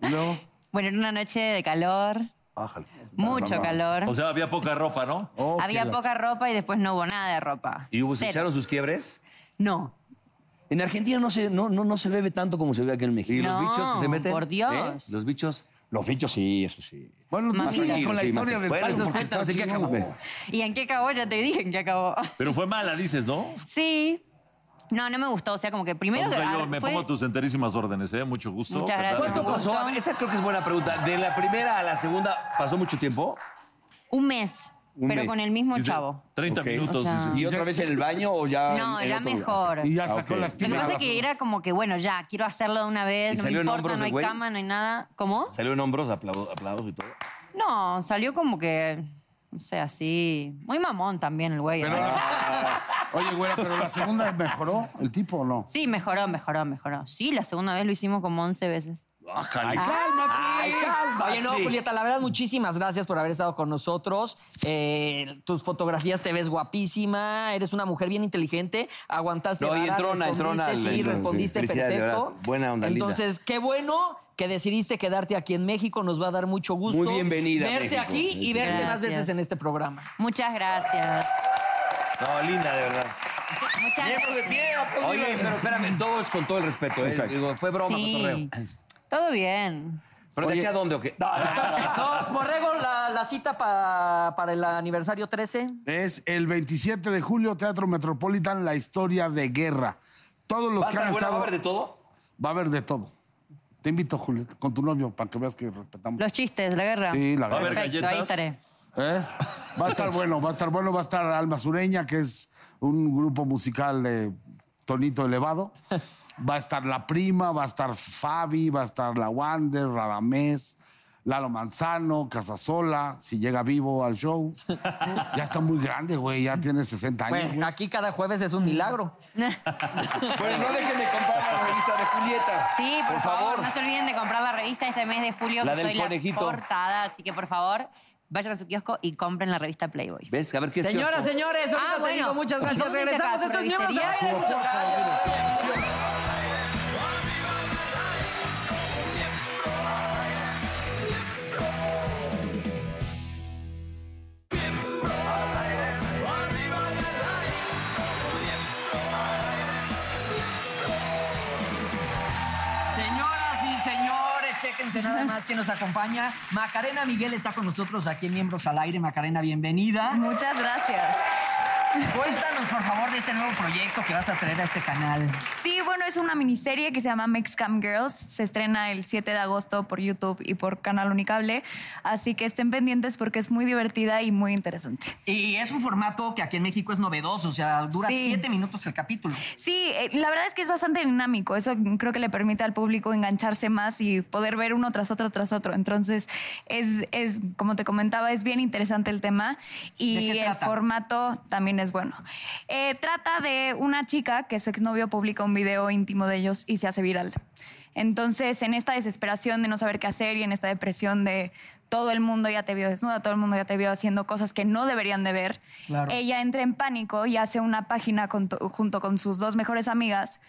[SPEAKER 11] No.
[SPEAKER 10] Bueno, era una noche de calor,
[SPEAKER 5] Ájale.
[SPEAKER 10] mucho calor.
[SPEAKER 3] O sea, había poca ropa, ¿no?
[SPEAKER 11] Oh,
[SPEAKER 10] Había poca ropa y después no hubo nada de ropa.
[SPEAKER 5] ¿Y hubo, se
[SPEAKER 10] Cero.
[SPEAKER 5] echaron sus quiebres?
[SPEAKER 10] No.
[SPEAKER 6] En Argentina no se, no, no, no se bebe tanto como se bebe aquí en México.
[SPEAKER 10] ¿Y los No, bichos que se meten? por Dios.
[SPEAKER 6] ¿Eh?
[SPEAKER 5] ¿Los bichos?
[SPEAKER 6] Los bichos sí, eso sí.
[SPEAKER 11] Bueno,
[SPEAKER 10] tú Mamita. sigas con la
[SPEAKER 3] historia del
[SPEAKER 6] Bueno,
[SPEAKER 3] palo,
[SPEAKER 6] entonces
[SPEAKER 3] porque
[SPEAKER 6] cuéntanos
[SPEAKER 3] está
[SPEAKER 6] en qué
[SPEAKER 3] chingón,
[SPEAKER 6] acabó.
[SPEAKER 10] ¿Y en qué acabó? Ya te dije en qué acabó.
[SPEAKER 3] Pero fue mala, dices, ¿no?
[SPEAKER 10] *laughs* Sí. No, no me gustó. O sea, como que primero
[SPEAKER 3] Entonces,
[SPEAKER 10] que.
[SPEAKER 3] yo
[SPEAKER 10] ah,
[SPEAKER 3] me
[SPEAKER 10] fue-
[SPEAKER 3] pongo tus enterísimas órdenes, ¿eh? Mucho gusto.
[SPEAKER 10] Muchas gracias.
[SPEAKER 5] ¿Cuánto
[SPEAKER 10] Con
[SPEAKER 5] pasó?
[SPEAKER 10] gusto.
[SPEAKER 5] A ver, esa creo que es buena pregunta. De la primera a la segunda, ¿pasó mucho tiempo?
[SPEAKER 10] Un mes,
[SPEAKER 5] Un
[SPEAKER 10] pero
[SPEAKER 5] mes.
[SPEAKER 10] con el mismo chavo.
[SPEAKER 5] 30
[SPEAKER 10] minutos, O sea- dice.
[SPEAKER 6] ¿Y otra vez en el baño o ya?
[SPEAKER 10] No,
[SPEAKER 6] en- en
[SPEAKER 10] ya
[SPEAKER 6] otro lugar?
[SPEAKER 10] mejor. Y ya
[SPEAKER 11] sacó
[SPEAKER 6] ok.
[SPEAKER 11] las
[SPEAKER 10] Lo que pasa es que era como que, bueno, ya, quiero hacerlo de una
[SPEAKER 5] ¿Y
[SPEAKER 10] vez, no me
[SPEAKER 5] salió en
[SPEAKER 10] importa,
[SPEAKER 5] hombros
[SPEAKER 10] no
[SPEAKER 5] el
[SPEAKER 10] hay
[SPEAKER 5] güey?
[SPEAKER 10] cama, no hay nada. ¿Cómo?
[SPEAKER 5] ¿Salió en hombros, aplausos, aplausos y todo?
[SPEAKER 10] No, salió como que, no sé, así. Muy mamón también el güey. o sea que-
[SPEAKER 11] Oye, güera, pero la segunda mejoró el tipo o no?
[SPEAKER 10] Sí, mejoró, mejoró, mejoró. Sí, la segunda vez lo hicimos como 11 veces.
[SPEAKER 2] Ay,
[SPEAKER 10] cálmate.
[SPEAKER 2] Ay, cálmate. Oye, no, Julieta, la verdad, muchísimas gracias por haber estado con nosotros. Eh, tus fotografías te ves guapísima, eres una mujer bien inteligente, aguantaste
[SPEAKER 5] No, y
[SPEAKER 2] vara,
[SPEAKER 5] entrona, entrona,
[SPEAKER 2] respondiste,
[SPEAKER 5] entrona,
[SPEAKER 2] Sí,
[SPEAKER 5] sí.
[SPEAKER 2] respondiste
[SPEAKER 5] Felicidades, de
[SPEAKER 2] perfecto.
[SPEAKER 5] verdad. Buena onda, linda.
[SPEAKER 2] Entonces, qué bueno que decidiste quedarte aquí en México, nos va a dar mucho gusto.
[SPEAKER 5] Muy bienvenida a
[SPEAKER 2] Verte
[SPEAKER 5] México.
[SPEAKER 2] aquí y verte más
[SPEAKER 10] Gracias.
[SPEAKER 2] veces en este programa.
[SPEAKER 10] Muchas gracias.
[SPEAKER 5] No, linda, de verdad.
[SPEAKER 10] Muchas gracias.
[SPEAKER 5] Oye, pero espérame, todo es con todo el respeto, ¿eh? Digo, fue broma,
[SPEAKER 10] Sí.
[SPEAKER 5] cotorreo.
[SPEAKER 10] Todo bien.
[SPEAKER 5] ¿Pero de aquí a dónde o qué?
[SPEAKER 2] No, Borrego, la, la cita pa- para el aniversario 13.
[SPEAKER 11] Es el 27 de julio, Teatro Metropolitan, la historia de guerra. Todos los
[SPEAKER 5] ¿Va a
[SPEAKER 11] que han
[SPEAKER 5] estar buena?
[SPEAKER 11] estado-
[SPEAKER 5] ¿Va a haber de todo?
[SPEAKER 11] Va a haber de todo. Te invito, Julio, con tu novio, para que veas que respetamos.
[SPEAKER 10] Los chistes, la guerra.
[SPEAKER 11] Sí, la
[SPEAKER 10] Va a haber
[SPEAKER 11] guerra.
[SPEAKER 10] Perfecto, ahí estaré.
[SPEAKER 11] ¿Eh? Va a
[SPEAKER 5] *laughs*
[SPEAKER 11] estar bueno, va a estar bueno, va a estar Alma Sureña, que es un grupo musical de tonito elevado. Va a estar La Prima, va a estar Fabi, va a estar La Wander, Radamés, Lalo Manzano, Casasola, si llega vivo al show. Ya está muy grande, güey, ya tiene 60 años.
[SPEAKER 2] Bueno, aquí cada jueves es un milagro.
[SPEAKER 6] Pues no dejen de comprar la revista de Julieta.
[SPEAKER 10] Sí, por, favor, no se olviden de comprar la revista este mes de julio,
[SPEAKER 5] La
[SPEAKER 10] que
[SPEAKER 5] del
[SPEAKER 10] soy
[SPEAKER 5] conejito.
[SPEAKER 10] la portada, así que por favor, vayan a su kiosco y compren la revista Playboy.
[SPEAKER 5] ¿Ves? A ver qué es
[SPEAKER 2] Señoras,
[SPEAKER 5] kiosco?
[SPEAKER 2] señores, ahorita
[SPEAKER 10] Ah,
[SPEAKER 2] te
[SPEAKER 10] bueno.
[SPEAKER 2] digo muchas gracias.
[SPEAKER 10] Vamos a ir
[SPEAKER 2] Regresamos
[SPEAKER 10] acá,
[SPEAKER 2] a estos miembros al
[SPEAKER 10] revistería.
[SPEAKER 2] aire. Muchas gracias. Señoras y señores, chéquense nada más que nos acompaña. Macarena Miguel está con nosotros aquí en Miembros al Aire. Macarena, bienvenida.
[SPEAKER 12] Muchas gracias.
[SPEAKER 2] Cuéntanos, por favor, de este nuevo proyecto que vas a traer a este canal.
[SPEAKER 12] Sí, bueno, es una miniserie que se llama Mexcam Girls. Se estrena el 7 de agosto por YouTube y por Canal Unicable. Así que estén pendientes porque es muy divertida y muy interesante.
[SPEAKER 2] Y es un formato que aquí en México es novedoso, o sea, dura siete minutos el capítulo.
[SPEAKER 12] Sí, eh, la verdad es que es bastante dinámico. Eso creo que le permite al público engancharse más y poder ver uno tras otro tras otro. Entonces, es, es como te comentaba, es bien interesante el tema y el formato también es bueno. Eh, trata de una chica que su exnovio publica un video íntimo de ellos y se hace viral. Entonces, en esta desesperación de no saber qué hacer y en esta depresión de todo el mundo ya te vio desnuda, todo el mundo ya te vio haciendo cosas que no deberían de ver,
[SPEAKER 13] Claro.
[SPEAKER 12] ella entra en pánico y hace una página con to- junto con sus dos mejores amigas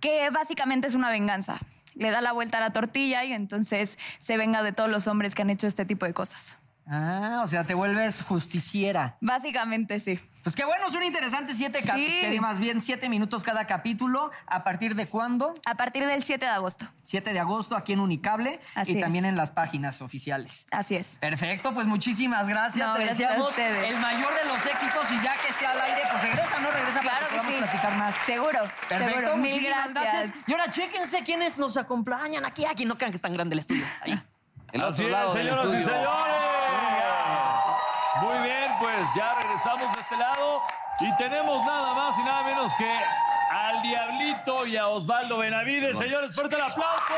[SPEAKER 12] que básicamente es una venganza. Le da la vuelta a la tortilla y entonces se venga de todos los hombres que han hecho este tipo de cosas.
[SPEAKER 2] Ah, o sea, te vuelves justiciera.
[SPEAKER 12] Básicamente sí.
[SPEAKER 2] Pues qué bueno, es un interesante siete capítulos, más bien siete minutos cada capítulo. ¿A partir de cuándo?
[SPEAKER 12] A partir del 7 de agosto.
[SPEAKER 2] 7 de agosto aquí en Unicable
[SPEAKER 12] Así
[SPEAKER 2] y
[SPEAKER 12] es.
[SPEAKER 2] también en las páginas oficiales.
[SPEAKER 12] Así es.
[SPEAKER 2] Perfecto, pues muchísimas gracias.
[SPEAKER 12] No,
[SPEAKER 2] Te
[SPEAKER 12] gracias a
[SPEAKER 2] deseamos
[SPEAKER 12] ustedes.
[SPEAKER 2] el mayor de los éxitos y ya que esté al aire, pues regresa, ¿no? Regresa para
[SPEAKER 12] Claro
[SPEAKER 2] que
[SPEAKER 12] que
[SPEAKER 2] podamos
[SPEAKER 12] sí.
[SPEAKER 2] platicar más.
[SPEAKER 12] Seguro.
[SPEAKER 2] Perfecto,
[SPEAKER 12] seguro. Mil
[SPEAKER 2] muchísimas gracias.
[SPEAKER 12] gracias.
[SPEAKER 2] Y ahora chéquense quiénes nos acompañan aquí, aquí. No crean que es tan grande el estudio. Ahí.
[SPEAKER 5] El
[SPEAKER 3] Así
[SPEAKER 5] otro
[SPEAKER 3] es,
[SPEAKER 5] lado del
[SPEAKER 3] señoras y
[SPEAKER 5] estudio.
[SPEAKER 3] señores. Muy bien, pues ya regresamos de este lado y tenemos nada más y nada menos que al Diablito y a Osvaldo Benavides. Señores, fuerte el aplauso.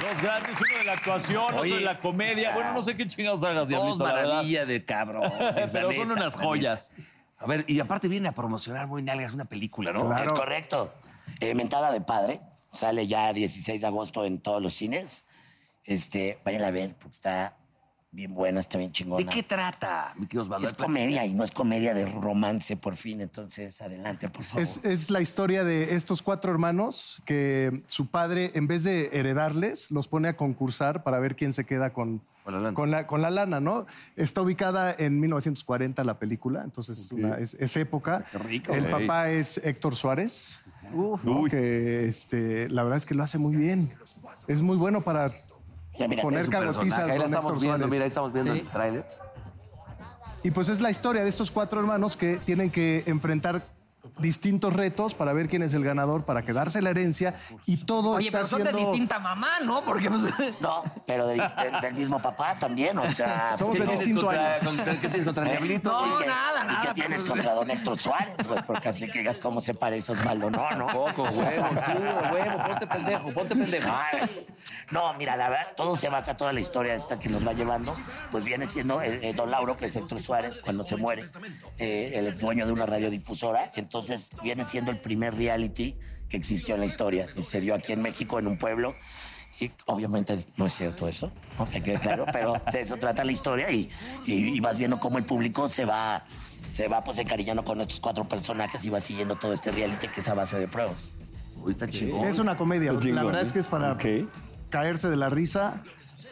[SPEAKER 3] Dos grandes, uno de la actuación,
[SPEAKER 5] Oye.
[SPEAKER 3] otro de la comedia. Bueno, no sé qué chingados hagas, Diablito.
[SPEAKER 5] Dos
[SPEAKER 3] la verdad.
[SPEAKER 5] Oh, maravilla de cabrón.
[SPEAKER 3] *laughs* Pero son unas joyas.
[SPEAKER 5] A ver, y aparte viene a promocionar muy nalgas una película, ¿no?
[SPEAKER 14] Es correcto. Eh, mentada de padre. Sale ya 16 de agosto en todos los cines. Este, vayan a ver, porque está bien buena, está bien chingona.
[SPEAKER 5] ¿De qué trata? mi querido Osvaldo?
[SPEAKER 14] Es comedia y no es comedia de romance por fin, entonces adelante, por favor.
[SPEAKER 9] Es, es la historia de estos cuatro hermanos que su padre, en vez de heredarles, los pone a concursar para ver quién se queda con, con, la, con la lana, ¿no? Está ubicada en 1940 la película, entonces es, una- es- es época.
[SPEAKER 15] rico,
[SPEAKER 9] El
[SPEAKER 15] güey.
[SPEAKER 9] papá es Héctor Suárez, ¿no? que este, la verdad es que lo hace muy bien. Es muy bueno para poner
[SPEAKER 5] cabotizas.
[SPEAKER 9] carotizas.
[SPEAKER 5] Ahí la
[SPEAKER 9] don
[SPEAKER 5] estamos
[SPEAKER 9] Héctor
[SPEAKER 5] viendo,
[SPEAKER 9] Suárez.
[SPEAKER 5] mira, ahí estamos viendo
[SPEAKER 9] Sí.
[SPEAKER 5] el tráiler.
[SPEAKER 9] Y pues es la historia de estos cuatro hermanos que tienen que enfrentar distintos retos para ver quién es el ganador, para quedarse la herencia y todo
[SPEAKER 7] Oye,
[SPEAKER 9] está
[SPEAKER 7] pero son de
[SPEAKER 9] siendo-
[SPEAKER 7] distinta mamá, ¿no? Porque
[SPEAKER 14] *laughs*
[SPEAKER 2] *laughs*
[SPEAKER 7] pues,
[SPEAKER 14] No, pero de dist- del, mismo papá también, o sea.
[SPEAKER 9] Somos de
[SPEAKER 14] ¿qué tienes
[SPEAKER 9] distinto
[SPEAKER 14] contra-
[SPEAKER 9] año.
[SPEAKER 14] contra- ¿Qué
[SPEAKER 9] *laughs*
[SPEAKER 14] tienes contra
[SPEAKER 9] No,
[SPEAKER 14] Diablito?
[SPEAKER 9] nada,
[SPEAKER 14] ¿Y qué-
[SPEAKER 9] nada, pues,
[SPEAKER 14] ¿Y qué tienes contra Don Héctor Suárez, güey? Porque así que digas cómo se parece Osvaldo. No, no.
[SPEAKER 5] Poco, huevo, tú, huevo, ponte pendejo, ponte pendejo.
[SPEAKER 14] Ay, No, mira, la verdad, todo se basa, toda la historia esta que nos va llevando, pues viene siendo eh, eh, Don Lauro, que es Héctor Suárez, cuando se muere, eh, el ex dueño de una radiodifusora. Entonces, viene siendo el primer reality que existió en la historia. Y se dio aquí en México, en un pueblo. Y obviamente no es cierto eso, ¿no? que quede claro, pero de eso trata la historia y, y- y vas viendo cómo el público se va, se va pues encariñando con estos cuatro personajes y va siguiendo todo este reality que es a base de pruebas.
[SPEAKER 9] Es una comedia.
[SPEAKER 14] Está
[SPEAKER 9] La
[SPEAKER 14] chingón,
[SPEAKER 9] verdad
[SPEAKER 14] ¿eh?
[SPEAKER 9] es que es para caerse de la risa,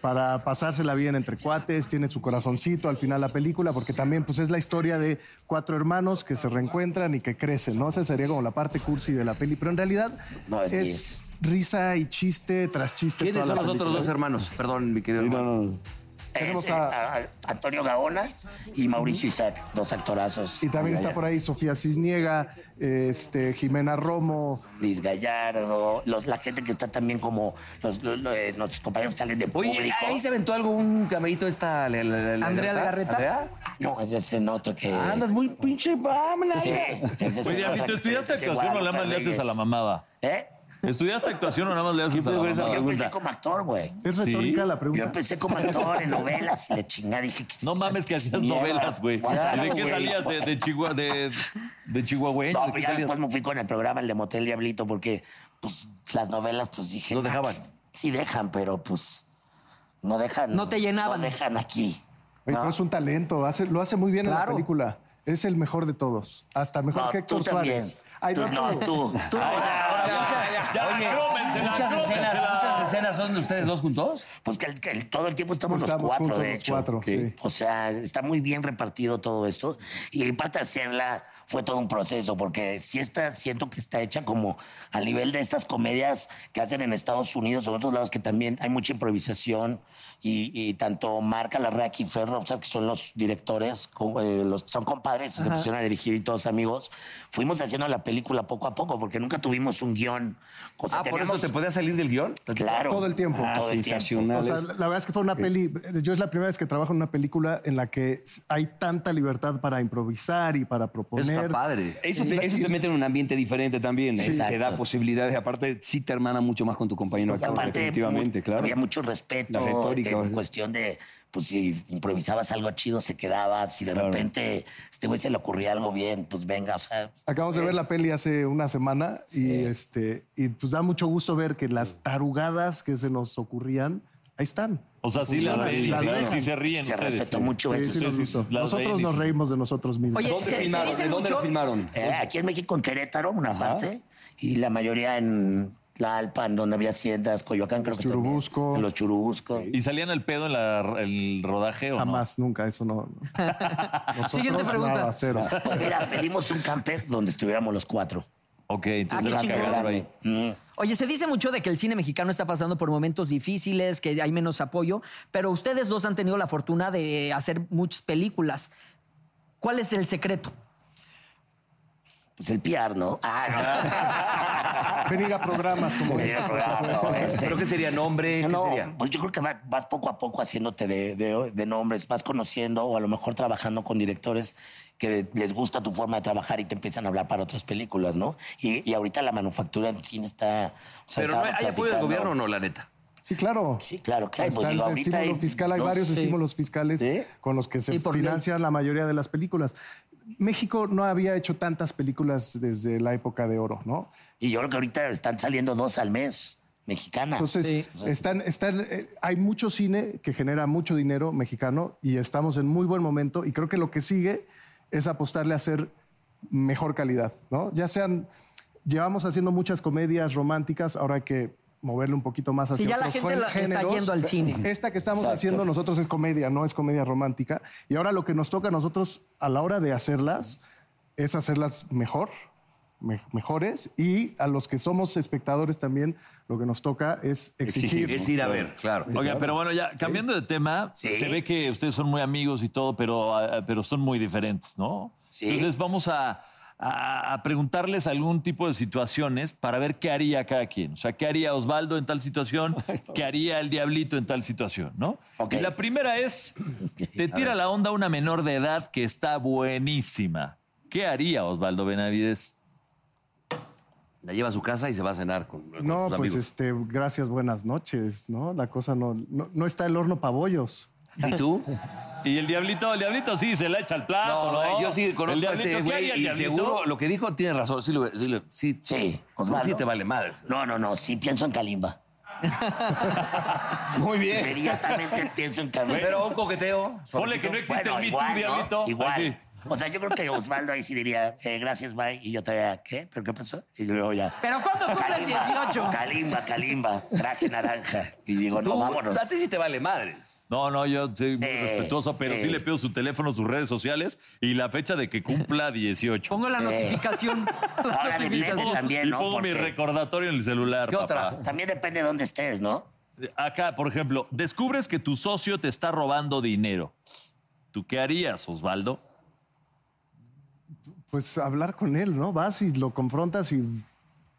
[SPEAKER 9] para pasársela bien entre cuates, tiene su corazoncito al final la película, porque también pues es la historia de cuatro hermanos que se reencuentran y que crecen, ¿no? Esa sería como la parte cursi de la peli, pero en realidad
[SPEAKER 5] No, es
[SPEAKER 9] es,
[SPEAKER 5] diez.
[SPEAKER 9] risa y chiste tras chiste.
[SPEAKER 5] ¿Quiénes
[SPEAKER 9] toda
[SPEAKER 5] son
[SPEAKER 9] la
[SPEAKER 5] los otros
[SPEAKER 9] película.
[SPEAKER 5] dos hermanos? Perdón, mi querido hermano.
[SPEAKER 9] Tenemos
[SPEAKER 14] Ese, ah, a- a Antonio Gaona y Mauricio Isaac, dos actorazos.
[SPEAKER 9] Y también está por ahí Sofía Cisniega, este, Jimena Romo.
[SPEAKER 14] Luis Gallardo, los- la gente que está también como los, los- los- eh, nuestros compañeros que salen de público.
[SPEAKER 5] Oye, ahí se aventó algo, un camellito esta... la- la- la-
[SPEAKER 14] ¿Andrea Legarreta?
[SPEAKER 5] ¿Andrea?
[SPEAKER 14] No, ese es en otro que.
[SPEAKER 5] Ah, Andas muy pinche vámonos.
[SPEAKER 14] Sí. *laughs* Ese es
[SPEAKER 3] Oye,
[SPEAKER 14] el
[SPEAKER 3] Diablito,
[SPEAKER 14] cosa que
[SPEAKER 3] ¿estudiaste
[SPEAKER 14] se- se
[SPEAKER 3] actuación o nada
[SPEAKER 14] Guadalupe
[SPEAKER 3] más le haces
[SPEAKER 14] Reyes?
[SPEAKER 3] a la mamada?
[SPEAKER 14] ¿Eh?
[SPEAKER 3] ¿Estudiaste actuación o nada más le haces a la
[SPEAKER 14] Yo
[SPEAKER 3] mamada?
[SPEAKER 14] empecé como actor, güey.
[SPEAKER 3] ¿Es retórica la pregunta?
[SPEAKER 14] Yo empecé como actor en novelas y la chingada. Dije,
[SPEAKER 3] No mames que hacías
[SPEAKER 14] Mierda,
[SPEAKER 3] novelas, güey.
[SPEAKER 14] guácala,
[SPEAKER 3] ¿Y de qué
[SPEAKER 14] güey.
[SPEAKER 3] salías? ¿De, de Chihuahua? ¿De, de chihuahueño?
[SPEAKER 14] No,
[SPEAKER 3] ¿De
[SPEAKER 14] pero
[SPEAKER 5] pues
[SPEAKER 3] qué
[SPEAKER 14] ya
[SPEAKER 3] salías?
[SPEAKER 14] después me fui con el programa, el de Motel Diablito, porque pues, las novelas, pues dije. No dejaban. sí dejan, pero pues. No dejan. No te llenaban. No dejan aquí.
[SPEAKER 9] Oye, pero es un talento, hace- lo hace muy bien en la
[SPEAKER 14] Claro.
[SPEAKER 9] película. Es el mejor de todos. Hasta mejor
[SPEAKER 14] No,
[SPEAKER 9] que
[SPEAKER 14] tú
[SPEAKER 9] Héctor
[SPEAKER 14] también.
[SPEAKER 9] Suárez. Ay,
[SPEAKER 14] Tú no, tú.
[SPEAKER 9] Tú.
[SPEAKER 5] muchas escenas, muchas escenas son de ustedes dos juntos.
[SPEAKER 14] Pues que, el- que el- todo el tiempo estamos,
[SPEAKER 5] Estamos
[SPEAKER 14] los cuatro,
[SPEAKER 5] juntos
[SPEAKER 14] de
[SPEAKER 5] los
[SPEAKER 14] hecho.
[SPEAKER 5] cuatro, sí.
[SPEAKER 14] O sea, está muy bien repartido todo esto. Y parte de hacerla fue todo un proceso, porque sí está, siento que está hecha como a nivel de estas comedias que hacen en Estados Unidos o en otros lados, que también hay mucha improvisación. Y, y tanto Marca Larraqui y Ferro, o sea, que son los directores, co- eh, los, son compadres, se
[SPEAKER 8] Ajá.
[SPEAKER 14] pusieron a dirigir y todos amigos. Fuimos haciendo la película poco a poco, porque nunca tuvimos un guión. O sea,
[SPEAKER 5] Ah, por
[SPEAKER 14] teníamos-
[SPEAKER 5] eso te podías salir del guión.
[SPEAKER 14] Claro.
[SPEAKER 9] Todo el tiempo.
[SPEAKER 14] Ah, Todo el tiempo. sensacional.
[SPEAKER 9] O sea, la la verdad es que fue una peli. Yo es la primera vez que trabajo en una película en la que hay tanta libertad para improvisar y para proponer.
[SPEAKER 6] Eso
[SPEAKER 9] Y la-
[SPEAKER 6] te, eso te mete en un ambiente diferente también. ¿eh?
[SPEAKER 9] Sí.
[SPEAKER 6] Te da
[SPEAKER 9] Exacto.
[SPEAKER 6] posibilidades. Aparte, sí te hermana mucho más con tu compañero
[SPEAKER 14] Porque
[SPEAKER 6] actor,
[SPEAKER 14] aparte,
[SPEAKER 6] definitivamente,
[SPEAKER 14] mu-
[SPEAKER 6] claro.
[SPEAKER 14] había mucho respeto
[SPEAKER 6] La retórica,
[SPEAKER 14] en
[SPEAKER 6] ¿verdad?
[SPEAKER 14] cuestión de, pues si improvisabas algo chido, se quedaba. Si de repente este güey se le ocurría algo bien, pues venga, o sea,
[SPEAKER 9] Acabamos de ver la peli hace una semana y este y pues da mucho gusto ver que las tarugadas que se nos ocurrían ahí están.
[SPEAKER 3] O sea, sí las
[SPEAKER 9] Funcionan,
[SPEAKER 3] ven y
[SPEAKER 9] las
[SPEAKER 3] sí-
[SPEAKER 9] dejan.
[SPEAKER 3] sí se ríen Se ustedes. respetó mucho
[SPEAKER 9] Sí,
[SPEAKER 3] eso.
[SPEAKER 9] sí, nos
[SPEAKER 3] Sí,
[SPEAKER 9] gustó.
[SPEAKER 3] sí, las ven
[SPEAKER 9] Nosotros
[SPEAKER 3] y
[SPEAKER 9] nos
[SPEAKER 3] sí.
[SPEAKER 9] reímos de nosotros mismos.
[SPEAKER 14] Oye, ¿Dónde se- se filmaron? dice ¿De dónde mucho- lo filmaron? Eh, aquí en México, en Querétaro, una parte, y la mayoría en La Alpa, en donde había haciendas, Coyoacán, creo que Churubusco. En los Churubusco.
[SPEAKER 3] ¿Y salían al pedo en la- el rodaje o no?
[SPEAKER 9] Jamás, nunca, eso
[SPEAKER 14] *laughs*
[SPEAKER 9] no. Nosotros
[SPEAKER 3] Siguiente pregunta.
[SPEAKER 9] nada, cero.
[SPEAKER 14] Pues *laughs* mira, pedimos un camper donde estuviéramos los cuatro.
[SPEAKER 3] Ok,
[SPEAKER 14] entonces
[SPEAKER 7] Ah, qué era cagado
[SPEAKER 14] ahí.
[SPEAKER 7] Oye, se dice mucho de que el cine mexicano está pasando por momentos difíciles, que hay menos apoyo, pero ustedes dos han tenido la fortuna de hacer muchas películas. ¿Cuál es el secreto?
[SPEAKER 14] Pues el PR, ¿no?
[SPEAKER 9] Venir a programas como
[SPEAKER 14] Venir
[SPEAKER 9] este,
[SPEAKER 14] a
[SPEAKER 9] por
[SPEAKER 14] programas
[SPEAKER 9] supuesto.
[SPEAKER 14] como este.
[SPEAKER 9] Pero, ¿qué sería? ¿Nombre? ¿Qué sería?
[SPEAKER 14] Pues yo creo que va- vas poco a poco haciéndote de, de- de nombres, vas conociendo o a lo mejor trabajando con directores que les gusta tu forma de trabajar y te empiezan a hablar para otras películas, ¿no? Y, y ahorita la manufactura en cine está... o sea,
[SPEAKER 5] Pero no hay,
[SPEAKER 14] estábamos
[SPEAKER 5] ¿hay apoyo del
[SPEAKER 14] platicando-
[SPEAKER 5] gobierno o no, la neta.
[SPEAKER 9] Sí, claro.
[SPEAKER 14] Sí, claro que hay. Pues,
[SPEAKER 9] Está
[SPEAKER 14] digo,
[SPEAKER 9] el
[SPEAKER 14] ahorita
[SPEAKER 9] estímulo
[SPEAKER 14] hay
[SPEAKER 9] fiscal, hay
[SPEAKER 14] dos,
[SPEAKER 9] varios
[SPEAKER 14] sí.
[SPEAKER 9] estímulos fiscales con los que se
[SPEAKER 14] Sí, por ley.
[SPEAKER 9] financian la mayoría de las películas. México no había hecho tantas películas desde la época de oro, ¿no?
[SPEAKER 14] Y yo creo que ahorita están saliendo dos al mes. mexicana.
[SPEAKER 9] Entonces, están, están, eh, hay mucho cine que genera mucho dinero mexicano y estamos en muy buen momento y creo que lo que sigue es apostarle a hacer mejor calidad, ¿no? Ya sean, llevamos haciendo muchas comedias románticas, ahora hay que moverle un poquito más hacia
[SPEAKER 7] Sí, ya la
[SPEAKER 9] otros
[SPEAKER 7] gente la- está
[SPEAKER 9] géneros.
[SPEAKER 7] yendo al cine.
[SPEAKER 9] *laughs* Esta que estamos
[SPEAKER 7] Exacto.
[SPEAKER 9] haciendo nosotros es comedia, no es comedia romántica. Y ahora lo que nos toca a nosotros a la hora de hacerlas es hacerlas mejor, me- mejores. Y a los que somos espectadores también lo que nos toca es exigir.
[SPEAKER 3] Es ir a ver,
[SPEAKER 4] claro.
[SPEAKER 3] Oiga, pero bueno, ya cambiando de tema, se ve que ustedes son muy amigos y todo, pero, ah, pero son muy diferentes, ¿no? Entonces vamos a, a- a preguntarles algún tipo de situaciones para ver qué haría cada quien. O sea, qué haría Osvaldo en tal
[SPEAKER 5] *laughs*
[SPEAKER 3] situación, qué haría el Diablito en tal situación, ¿no? Y la
[SPEAKER 5] *laughs*
[SPEAKER 3] primera es, te tira la onda una menor de edad que está buenísima. ¿Qué haría Osvaldo Benavides?
[SPEAKER 5] La lleva a su casa y se va a cenar con, con
[SPEAKER 9] No,
[SPEAKER 5] sus
[SPEAKER 9] pues
[SPEAKER 5] amigos.
[SPEAKER 9] este, gracias, buenas noches, ¿no? La cosa no, no, no está el horno pabollos.
[SPEAKER 5] ¿Y tú?
[SPEAKER 3] *laughs* Y el diablito, el diablito sí se la echa al plato, ¿no?
[SPEAKER 5] yo sí
[SPEAKER 3] El
[SPEAKER 5] conozco a
[SPEAKER 3] diablito,
[SPEAKER 5] este
[SPEAKER 3] ¿qué
[SPEAKER 5] güey
[SPEAKER 3] haría el
[SPEAKER 5] y
[SPEAKER 3] diablito?
[SPEAKER 5] seguro lo que dijo tiene razón. Sí, lo- sí, lo- sí,
[SPEAKER 14] Sí,
[SPEAKER 5] sí
[SPEAKER 14] Osvaldo.
[SPEAKER 5] te vale madre.
[SPEAKER 14] No, no, no, sí pienso en Kalimba.
[SPEAKER 5] *laughs* Muy
[SPEAKER 14] bien. Inmediatamente pienso en Kalimba.
[SPEAKER 5] Pero un coqueteo.
[SPEAKER 14] Ponle que no
[SPEAKER 5] existe el Me Too, diablito.
[SPEAKER 14] Igual.
[SPEAKER 5] Así.
[SPEAKER 14] O sea, yo creo que Osvaldo ahí sí diría, eh, gracias, bye. Y yo te diría, ¿qué? ¿Pero qué pasó? Y luego ya.
[SPEAKER 7] ¿Pero cuándo cumples 18?
[SPEAKER 14] Kalimba, Kalimba, traje naranja. Y digo, no,
[SPEAKER 5] Tú,
[SPEAKER 14] vámonos.
[SPEAKER 5] a ti sí te vale madre.
[SPEAKER 3] No, no, yo soy muy respetuoso, pero sí.
[SPEAKER 14] sí.
[SPEAKER 3] le pido su teléfono, sus redes sociales y la fecha de que
[SPEAKER 14] *laughs*
[SPEAKER 3] cumpla 18.
[SPEAKER 7] Pongo la
[SPEAKER 3] Sí.
[SPEAKER 7] notificación. La
[SPEAKER 14] Ahora
[SPEAKER 3] Y
[SPEAKER 14] depende
[SPEAKER 3] pongo-
[SPEAKER 14] también, ¿no?
[SPEAKER 3] Y pongo mi
[SPEAKER 14] Porque-
[SPEAKER 3] recordatorio en el celular,
[SPEAKER 14] ¿Qué otra?
[SPEAKER 3] papá.
[SPEAKER 14] También depende de dónde estés, ¿no?
[SPEAKER 3] Acá, por ejemplo, descubres que tu socio te está robando dinero. ¿Tú qué harías, Osvaldo?
[SPEAKER 9] Pues hablar con él, ¿no? Vas y lo confrontas y.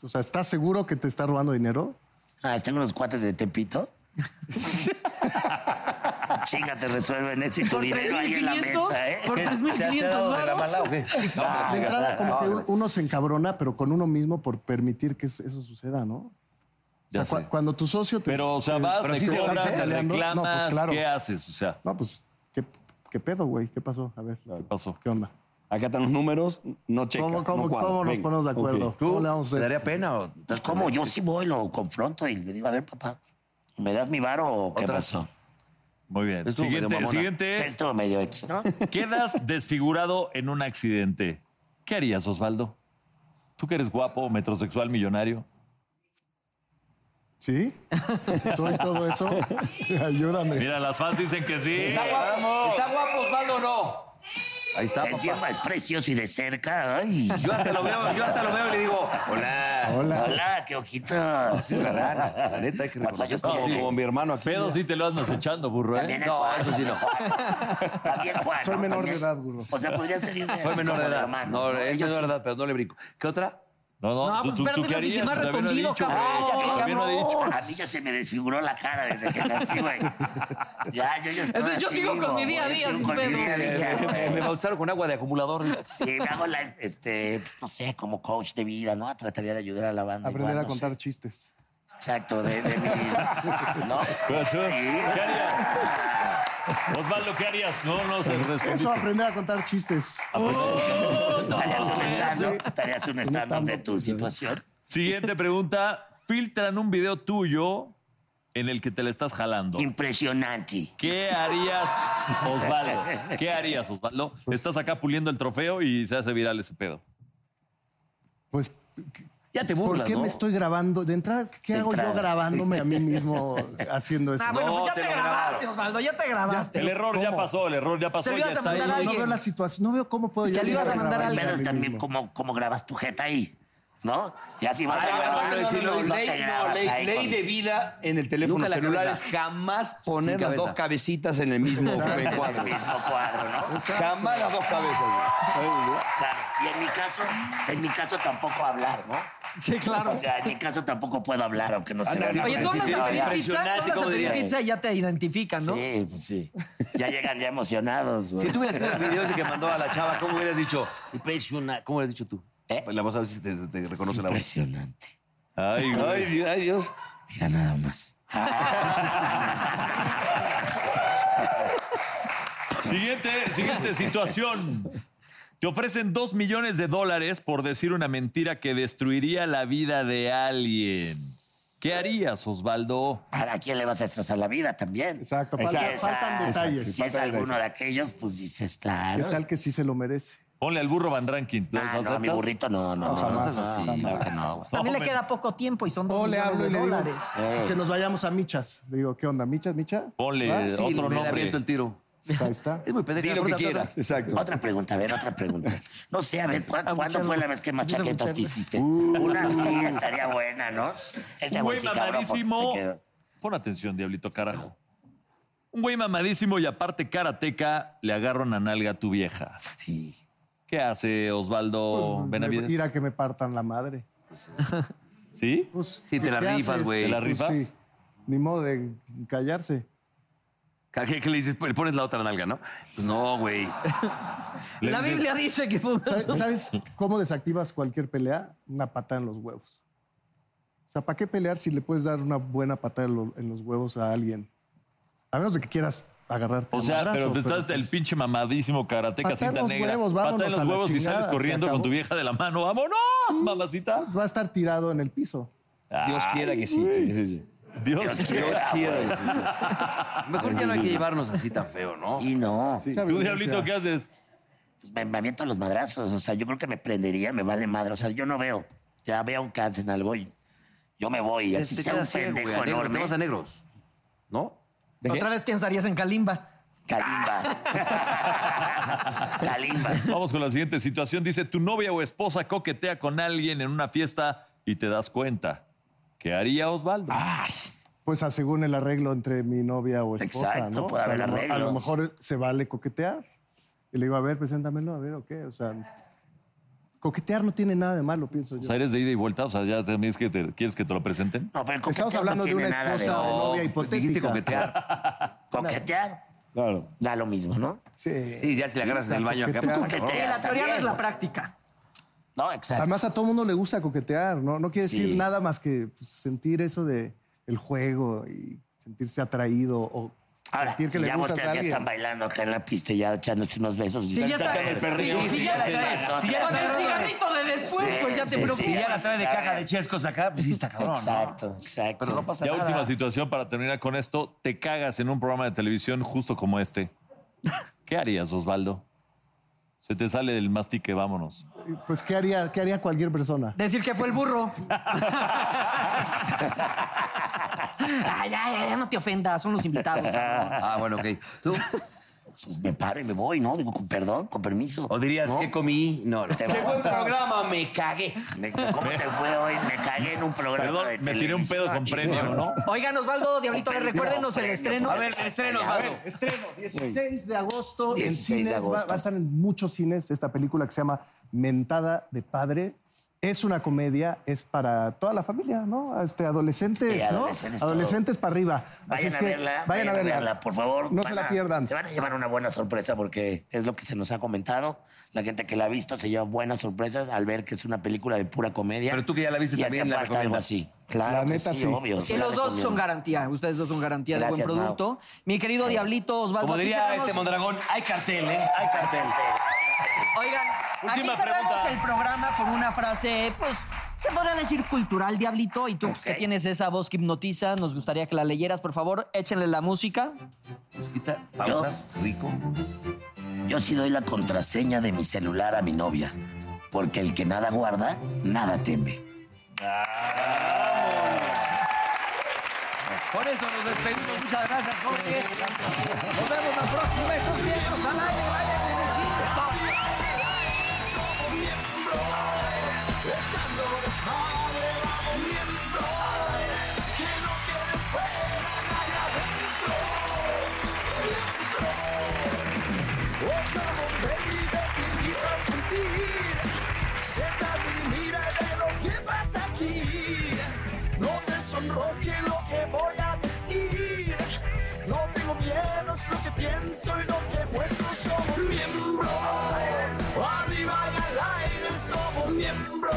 [SPEAKER 9] O sea, ¿estás seguro que te está robando dinero?
[SPEAKER 14] Ah, tengo unos cuates de Tepito. *laughs* Chinga, te resuelven eso y tu
[SPEAKER 9] Por
[SPEAKER 14] dinero ahí en la
[SPEAKER 9] 3,500,
[SPEAKER 14] mesa, ¿eh?
[SPEAKER 9] por
[SPEAKER 14] ¿Qué?
[SPEAKER 9] 3,500
[SPEAKER 14] varos? *laughs*
[SPEAKER 9] Ah, de entrada, como que un- uno se encabrona, pero con uno mismo por permitir que es- eso suceda, ¿no?
[SPEAKER 3] Ya
[SPEAKER 9] O sea, cua-
[SPEAKER 3] sé.
[SPEAKER 9] cuando tu socio te.
[SPEAKER 3] Pero, o sea,
[SPEAKER 9] te-
[SPEAKER 3] vas,
[SPEAKER 9] te
[SPEAKER 3] te
[SPEAKER 9] está
[SPEAKER 3] cobran, te
[SPEAKER 9] peleando,
[SPEAKER 3] reclamas,
[SPEAKER 9] no, pues, claro.
[SPEAKER 3] ¿qué haces? O sea,
[SPEAKER 9] No, pues, ¿qué, qué pedo, güey? ¿Qué pasó? A ver. ¿Qué
[SPEAKER 3] pasó?
[SPEAKER 9] ¿Qué onda?
[SPEAKER 6] Acá están los números, no checa.
[SPEAKER 9] ¿Cómo, cómo,
[SPEAKER 6] no cuadra.
[SPEAKER 9] cómo nos
[SPEAKER 6] Venga.
[SPEAKER 9] ponemos de acuerdo?
[SPEAKER 6] Ok.
[SPEAKER 9] ¿Cómo le vamos a hacer?
[SPEAKER 5] pena o...?
[SPEAKER 14] Pues, ¿cómo? Yo sí voy, lo confronto y le digo, a ver, papá, ¿me das mi varo o qué pasó?
[SPEAKER 3] muy bien.
[SPEAKER 14] Estuvo medio
[SPEAKER 3] Siguiente,
[SPEAKER 14] mamona.
[SPEAKER 3] siguiente.
[SPEAKER 14] Estuvo medio X, ¿no?
[SPEAKER 3] Quedas *laughs* desfigurado en un accidente. ¿Qué harías, Osvaldo? Tú que eres guapo, metrosexual, millonario.
[SPEAKER 9] ¿Sí? ¿Soy todo
[SPEAKER 14] *laughs*
[SPEAKER 9] eso? Ayúdame.
[SPEAKER 3] Mira, las fans dicen que sí.
[SPEAKER 9] Está guapo,
[SPEAKER 6] ¿Está guapo Osvaldo o no?
[SPEAKER 5] Ahí está,
[SPEAKER 14] es, bien, es precioso y de cerca. Ay.
[SPEAKER 5] Yo hasta lo veo, yo hasta lo veo y le digo, hola.
[SPEAKER 14] Hola. Hola, qué ojitos.
[SPEAKER 5] Sí, la verdad, la neta hay que
[SPEAKER 14] ¿Cuántos años
[SPEAKER 5] reconocer todo.
[SPEAKER 14] tienes?
[SPEAKER 5] Como mi hermano aquí.
[SPEAKER 3] Pedo sí te lo andas echando, burro, ¿eh?
[SPEAKER 14] También hay
[SPEAKER 3] No,
[SPEAKER 14] Juan,
[SPEAKER 3] eso sí no.
[SPEAKER 14] También Juan.
[SPEAKER 9] Soy
[SPEAKER 14] ¿no?
[SPEAKER 9] menor de
[SPEAKER 14] También-
[SPEAKER 9] edad, burro.
[SPEAKER 14] O sea, podría ser idea.
[SPEAKER 5] Soy
[SPEAKER 14] así
[SPEAKER 5] menor de
[SPEAKER 14] como
[SPEAKER 5] edad.
[SPEAKER 14] hermanos,
[SPEAKER 5] no, es
[SPEAKER 14] Ellos-
[SPEAKER 5] menor de edad, pero no le brinco. ¿Qué otra?
[SPEAKER 3] No,
[SPEAKER 14] No, pues espérate, es la que más respondido, cabrón. A mí ya se me desfiguró la cara desde que nací, güey. Ya, yo ya estoy
[SPEAKER 7] Entonces yo
[SPEAKER 14] así,
[SPEAKER 7] sigo con
[SPEAKER 14] güey,
[SPEAKER 7] mi día a día
[SPEAKER 14] sigo
[SPEAKER 7] sin
[SPEAKER 14] con mi
[SPEAKER 7] pedo.
[SPEAKER 14] día a día,
[SPEAKER 5] Me
[SPEAKER 14] güey.
[SPEAKER 5] me bautizaron con agua de acumulador.
[SPEAKER 14] Sí, me hago la, este, pues, no sé, como coach de vida, ¿no? Trataría de ayudar a la banda.
[SPEAKER 9] Aprender
[SPEAKER 14] igual,
[SPEAKER 9] a
[SPEAKER 14] no
[SPEAKER 9] contar chistes.
[SPEAKER 14] sé. Exacto, de, de mi... ¿No?
[SPEAKER 3] ¿Qué harías? Osvaldo, ¿qué harías? No, no, se respondiste.
[SPEAKER 9] Eso, aprender a contar chistes.
[SPEAKER 14] Estarías un stand-up,
[SPEAKER 9] Sí.
[SPEAKER 14] estarías un stand-up de tu situación.
[SPEAKER 3] Siguiente pregunta. Filtran un video tuyo en el que te le estás jalando.
[SPEAKER 14] Impresionante.
[SPEAKER 3] ¿Qué harías, Osvaldo? ¿Qué harías, Osvaldo? Estás acá puliendo el trofeo y se hace viral ese pedo.
[SPEAKER 9] Pues.
[SPEAKER 5] Ya te
[SPEAKER 9] ¿Por
[SPEAKER 5] burlas,
[SPEAKER 9] qué
[SPEAKER 5] ¿no?
[SPEAKER 9] me estoy grabando? De entrada, ¿qué
[SPEAKER 5] De
[SPEAKER 9] hago
[SPEAKER 5] entrada.
[SPEAKER 9] yo grabándome a
[SPEAKER 14] *laughs*
[SPEAKER 9] mí mismo haciendo eso?
[SPEAKER 7] Ah, bueno, pues ya te, grabaste,
[SPEAKER 5] grabaron.
[SPEAKER 7] Osvaldo, ya te grabaste.
[SPEAKER 3] El error ya pasó, el error ya
[SPEAKER 7] Se
[SPEAKER 3] pasó.
[SPEAKER 7] lo
[SPEAKER 3] Ya
[SPEAKER 7] ibas a
[SPEAKER 3] está ahí.
[SPEAKER 7] mandar a
[SPEAKER 9] No
[SPEAKER 7] alguien.
[SPEAKER 9] veo la situación, no veo cómo puedo
[SPEAKER 14] Y
[SPEAKER 9] yo.
[SPEAKER 14] se lo ibas a
[SPEAKER 9] llegar
[SPEAKER 14] mandar
[SPEAKER 9] grabarme
[SPEAKER 14] Pero es
[SPEAKER 9] mí
[SPEAKER 14] también
[SPEAKER 9] mismo.
[SPEAKER 14] cómo, cómo grabas tu jeta ahí, ¿no? Y así vas
[SPEAKER 6] Ay,
[SPEAKER 14] a
[SPEAKER 6] no,
[SPEAKER 14] grabar.
[SPEAKER 6] no, no,
[SPEAKER 14] no,
[SPEAKER 6] no,
[SPEAKER 14] no
[SPEAKER 6] ley,
[SPEAKER 14] te
[SPEAKER 6] no,
[SPEAKER 14] grabas
[SPEAKER 6] ley-
[SPEAKER 14] ahí
[SPEAKER 6] ley
[SPEAKER 14] con-
[SPEAKER 6] de vida en el teléfono
[SPEAKER 14] Nunca la
[SPEAKER 6] celular es
[SPEAKER 14] cabeza.
[SPEAKER 6] jamás poner las
[SPEAKER 14] cabeza.
[SPEAKER 6] dos cabecitas en el mismo
[SPEAKER 14] Exacto, en el
[SPEAKER 6] cuadro.
[SPEAKER 14] mismo cuadro, ¿no?
[SPEAKER 6] Jamás las dos cabezas. güey.
[SPEAKER 14] Claro. Y en mi caso, en mi caso tampoco hablar, ¿no?
[SPEAKER 7] Sí, claro.
[SPEAKER 14] O sea, en mi caso tampoco puedo hablar, aunque no se vea. nada.
[SPEAKER 7] Oye, tú hablas a pedir pizza, tú hablas a pedir pizza y ya te identifican, ¿no?
[SPEAKER 14] Sí, pues sí. Ya llegan ya emocionados, güey.
[SPEAKER 5] Si tú hubieras sido el video ese que mandó a la chava, ¿cómo hubieras dicho? Impresionante. ¿Cómo hubieras dicho tú? Pues La voz a ver si te, te reconoce la voz.
[SPEAKER 14] ¿Eh? Impresionante.
[SPEAKER 3] Ay, güey.
[SPEAKER 6] Ay, Dios, ay, Dios.
[SPEAKER 14] Mira nada más.
[SPEAKER 3] Siguiente, siguiente situación. Te ofrecen dos millones de dólares por decir una mentira que destruiría la vida de alguien. ¿Qué harías, Osvaldo?
[SPEAKER 14] ¿A quién le vas a destrozar la vida también?
[SPEAKER 9] Exacto, falta- faltan detalles.
[SPEAKER 14] Si es
[SPEAKER 9] Faltan
[SPEAKER 14] alguno de
[SPEAKER 9] detalles.
[SPEAKER 14] aquellos, pues dices, claro.
[SPEAKER 9] ¿Qué tal que sí se lo merece?
[SPEAKER 3] Ponle al burro Van Ranking. ¿Lo
[SPEAKER 14] Ah, no,
[SPEAKER 3] aceptas?
[SPEAKER 14] mi burrito no, no,
[SPEAKER 9] No,
[SPEAKER 14] no,
[SPEAKER 9] jamás,
[SPEAKER 14] no es así,
[SPEAKER 9] no,
[SPEAKER 14] claro que no, güey.
[SPEAKER 7] A mí le
[SPEAKER 9] me-
[SPEAKER 7] queda poco tiempo y son dos
[SPEAKER 9] O le
[SPEAKER 7] millones
[SPEAKER 9] hablo
[SPEAKER 7] de
[SPEAKER 9] y le digo
[SPEAKER 7] dólares.
[SPEAKER 5] Eh,
[SPEAKER 9] "Sí, que nos vayamos a Michas. Le digo, ¿qué onda, Michas, Micha?
[SPEAKER 3] Ponle
[SPEAKER 9] ¿Va?
[SPEAKER 3] otro nombre.
[SPEAKER 5] el tiro.
[SPEAKER 9] Ahí está.
[SPEAKER 5] Es muy pendeja.
[SPEAKER 14] Di lo que
[SPEAKER 5] Pregunta,
[SPEAKER 14] quieras,
[SPEAKER 5] otra.
[SPEAKER 14] Otra pregunta, a ver, otra pregunta. No sé, a ver, ¿cuá- ¿cuándo fue la vez que más chaquetas te hiciste?
[SPEAKER 9] Uh.
[SPEAKER 14] Una sí estaría buena, ¿no? Este
[SPEAKER 3] güey
[SPEAKER 14] güey sí, cabrón, porque se
[SPEAKER 3] mamadísimo.
[SPEAKER 14] quedó.
[SPEAKER 3] Pon atención, diablito, carajo. Un güey mamadísimo y aparte karateca, le agarra una nalga a tu vieja. ¿Qué hace Osvaldo
[SPEAKER 9] Pues,
[SPEAKER 3] Benavides?
[SPEAKER 9] me- ir a que me partan la madre.
[SPEAKER 3] ¿Sí?
[SPEAKER 9] Pues,
[SPEAKER 5] sí, te la
[SPEAKER 9] ¿Qué
[SPEAKER 5] rifas,
[SPEAKER 9] haces?
[SPEAKER 5] güey. ¿Te la
[SPEAKER 9] Pues
[SPEAKER 5] rifas?
[SPEAKER 9] sí. Ni modo de callarse.
[SPEAKER 5] ¿Qué, qué le dices? Le pones la otra nalga, ¿no? Pues no, güey. Le dices-
[SPEAKER 7] dice que...
[SPEAKER 9] ¿Sabes, sabes cómo desactivas cualquier pelea? Una patada en los huevos. O sea, ¿para qué pelear si le puedes dar una buena patada en lo- en los huevos a alguien? A menos de que quieras agarrarte.
[SPEAKER 3] O
[SPEAKER 9] a
[SPEAKER 3] sea, pero
[SPEAKER 9] madrazos,
[SPEAKER 3] te estás
[SPEAKER 9] pero- pues,
[SPEAKER 3] el pinche mamadísimo karateca
[SPEAKER 9] Patea
[SPEAKER 3] cinta
[SPEAKER 9] los
[SPEAKER 3] negra.
[SPEAKER 9] huevos, vámonos
[SPEAKER 3] patea
[SPEAKER 9] a
[SPEAKER 3] los
[SPEAKER 9] la
[SPEAKER 3] huevos y
[SPEAKER 9] chingada,
[SPEAKER 3] sales
[SPEAKER 9] se
[SPEAKER 3] corriendo con
[SPEAKER 9] acabó.
[SPEAKER 3] tu vieja de la mano. ¡Vámonos, mamacita!
[SPEAKER 9] va a estar tirado en el piso.
[SPEAKER 5] Dios quiera que sí. sí, sí, sí.
[SPEAKER 3] Dios,
[SPEAKER 5] quiera.
[SPEAKER 3] quiera.
[SPEAKER 5] güey. Mejor ya no hay que llevarnos así tan feo, ¿no?
[SPEAKER 14] Sí, no.
[SPEAKER 3] ¿Tú, diablito, qué haces?
[SPEAKER 14] Pues me, me aviento a los madrazos. O sea, yo creo que me prendería, me vale madre. O sea, yo no veo. Ya veo un cáncer en algo y yo me voy.
[SPEAKER 5] Te-
[SPEAKER 14] Así
[SPEAKER 5] te
[SPEAKER 14] sea un
[SPEAKER 5] quedas ciego,
[SPEAKER 14] pendejo
[SPEAKER 5] güey, a negros,
[SPEAKER 14] enorme.
[SPEAKER 5] te vas a negros. ¿No?
[SPEAKER 7] Otra vez pensarías en Kalimba.
[SPEAKER 14] Kalimba. *laughs*
[SPEAKER 3] Vamos con la siguiente situación. Dice, tu novia o esposa coquetea con alguien en una fiesta y te das cuenta. ¿Qué haría Osvaldo?
[SPEAKER 9] Pues a según el arreglo entre mi novia o esposa,
[SPEAKER 3] Exacto,
[SPEAKER 9] ¿no?
[SPEAKER 3] puede
[SPEAKER 9] O sea,
[SPEAKER 3] haber
[SPEAKER 9] a, lo, mejor- a
[SPEAKER 3] arreglos.
[SPEAKER 9] lo mejor se vale coquetear. Y le digo, a ver, preséntamelo, a ver, ¿o qué? O sea, coquetear no tiene nada de malo, pienso
[SPEAKER 3] O
[SPEAKER 9] yo.
[SPEAKER 3] sea, eres de ida y vuelta, o sea, ya también es que te, quieres que te lo presenten.
[SPEAKER 14] No, pero
[SPEAKER 9] Estamos hablando de una esposa, de novia
[SPEAKER 5] pues
[SPEAKER 9] hipotética.
[SPEAKER 14] *laughs* Coquetear.
[SPEAKER 3] Claro.
[SPEAKER 14] Da lo mismo, ¿no?
[SPEAKER 9] Sí.
[SPEAKER 5] Sí, ya si la agarras en el baño acá.
[SPEAKER 9] Tú
[SPEAKER 5] pues, no.
[SPEAKER 9] coqueteas
[SPEAKER 7] La teoría no es la práctica.
[SPEAKER 14] No, exacto.
[SPEAKER 9] Además, a todo mundo le gusta coquetear, ¿no? No quiere
[SPEAKER 14] Sí.
[SPEAKER 9] decir nada más que pues, sentir eso de el juego y sentirse atraído o
[SPEAKER 14] Ahora,
[SPEAKER 9] sentir que
[SPEAKER 14] si
[SPEAKER 9] le
[SPEAKER 14] ya
[SPEAKER 9] gustas
[SPEAKER 14] volteas,
[SPEAKER 9] a
[SPEAKER 14] ya
[SPEAKER 9] alguien.
[SPEAKER 14] están bailando acá en la pista y ya echándose unos besos.
[SPEAKER 7] Si ya está- si- si ya- si ya- con el cigarrito de después, pues ya te preocupas.
[SPEAKER 5] Si ya la trae de caja de chescos acá, pues sí está cabrón. ¿no?
[SPEAKER 14] Exacto, exacto.
[SPEAKER 5] Pero no pasa
[SPEAKER 3] ya
[SPEAKER 5] nada.
[SPEAKER 3] última situación para terminar con esto. Te cagas en un programa de televisión justo como este. ¿Qué harías, Osvaldo? Se te sale del mastique, vámonos.
[SPEAKER 9] Pues, ¿qué haría, ¿qué haría cualquier persona?
[SPEAKER 7] Decir que fue el burro. *laughs* Ay, ya, ya, ya no te ofendas, son los invitados.
[SPEAKER 5] Ah, bueno, ok. ¿Tú?
[SPEAKER 14] Pues me paro y me voy, ¿no? Digo, con perdón, con permiso.
[SPEAKER 5] O dirías, ¿qué comí? No, no.
[SPEAKER 14] Te
[SPEAKER 5] Qué
[SPEAKER 14] vas.
[SPEAKER 5] buen
[SPEAKER 8] programa, me cagué.
[SPEAKER 14] Me- ¿Cómo te fue hoy? Me cagué en un programa
[SPEAKER 3] Perdón,
[SPEAKER 14] de
[SPEAKER 3] me tiré un pedo con
[SPEAKER 14] televisión.
[SPEAKER 3] premio, ¿no?
[SPEAKER 7] Oigan, Osvaldo, Diablito, a ver, recuérdenos el
[SPEAKER 14] Premio,
[SPEAKER 7] estreno.
[SPEAKER 14] por favor.
[SPEAKER 9] A ver, estreno, 16 de agosto en
[SPEAKER 14] 16
[SPEAKER 9] cines.
[SPEAKER 14] de
[SPEAKER 9] va- Va,
[SPEAKER 14] agosto.
[SPEAKER 9] a estar en muchos cines esta película que se llama Mentada de Padre. Es una comedia, es para toda la familia, ¿no? Este, adolescentes,
[SPEAKER 14] Sí,
[SPEAKER 9] ¿no?
[SPEAKER 14] adolescentes, todo.
[SPEAKER 9] Adolescentes para arriba. Así
[SPEAKER 14] Vayan
[SPEAKER 9] es
[SPEAKER 14] a
[SPEAKER 9] que
[SPEAKER 14] verla.
[SPEAKER 9] Vayan a verla.
[SPEAKER 14] por favor.
[SPEAKER 9] No
[SPEAKER 14] Van
[SPEAKER 9] se la
[SPEAKER 14] a-
[SPEAKER 9] pierdan.
[SPEAKER 14] Se van a llevar una buena sorpresa porque es lo que se nos ha comentado. La gente que la ha visto se lleva buenas sorpresas al ver que es una película de pura comedia.
[SPEAKER 5] Pero tú que ya la viste
[SPEAKER 14] Y
[SPEAKER 5] también,
[SPEAKER 14] hacía
[SPEAKER 5] la
[SPEAKER 14] falta algo
[SPEAKER 5] recomiendas.
[SPEAKER 14] así. Claro,
[SPEAKER 5] La
[SPEAKER 14] que
[SPEAKER 5] neta,
[SPEAKER 14] sí,
[SPEAKER 5] sí.
[SPEAKER 14] obvio. sí
[SPEAKER 7] Que
[SPEAKER 14] la
[SPEAKER 7] los dos son
[SPEAKER 14] recomiendo.
[SPEAKER 7] garantía. Ustedes dos son garantía de
[SPEAKER 14] Gracias,
[SPEAKER 7] buen
[SPEAKER 14] Mau.
[SPEAKER 7] producto. Mi querido Diablito, Osvaldo.
[SPEAKER 5] Como
[SPEAKER 7] aquí
[SPEAKER 5] diría
[SPEAKER 7] cerramos-
[SPEAKER 5] este Mondragón, hay cartel, ¿eh? Hay cartel.
[SPEAKER 7] Oigan, aquí
[SPEAKER 5] Última
[SPEAKER 7] cerramos
[SPEAKER 5] pregunta.
[SPEAKER 7] el programa con una frase, pues, se podría decir cultural, Diablito. Y tú, pues, que tienes esa voz que hipnotiza, nos gustaría que la leyeras, por favor. Échenle la música.
[SPEAKER 5] Quita pausas, rico.
[SPEAKER 14] Yo sí doy la contraseña de mi celular a mi novia. Porque el que nada guarda, nada teme.
[SPEAKER 7] Por eso nos despedimos. Muchas gracias, jóvenes. Nos vemos la próxima. Estos viejos al aire, vayan en el cine.
[SPEAKER 15] Siéntate y mira de lo que pasa aquí. No te sonroje lo que voy a decir. No tengo miedo, es lo que pienso y lo que muestro. Somos miembros. Arriba y al aire somos miembros.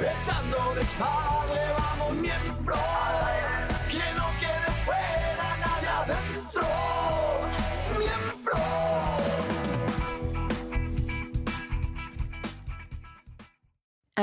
[SPEAKER 15] Echando desmadre vamos miembros. Que no quede fuera nadie adentro. Miembros.
[SPEAKER 16] At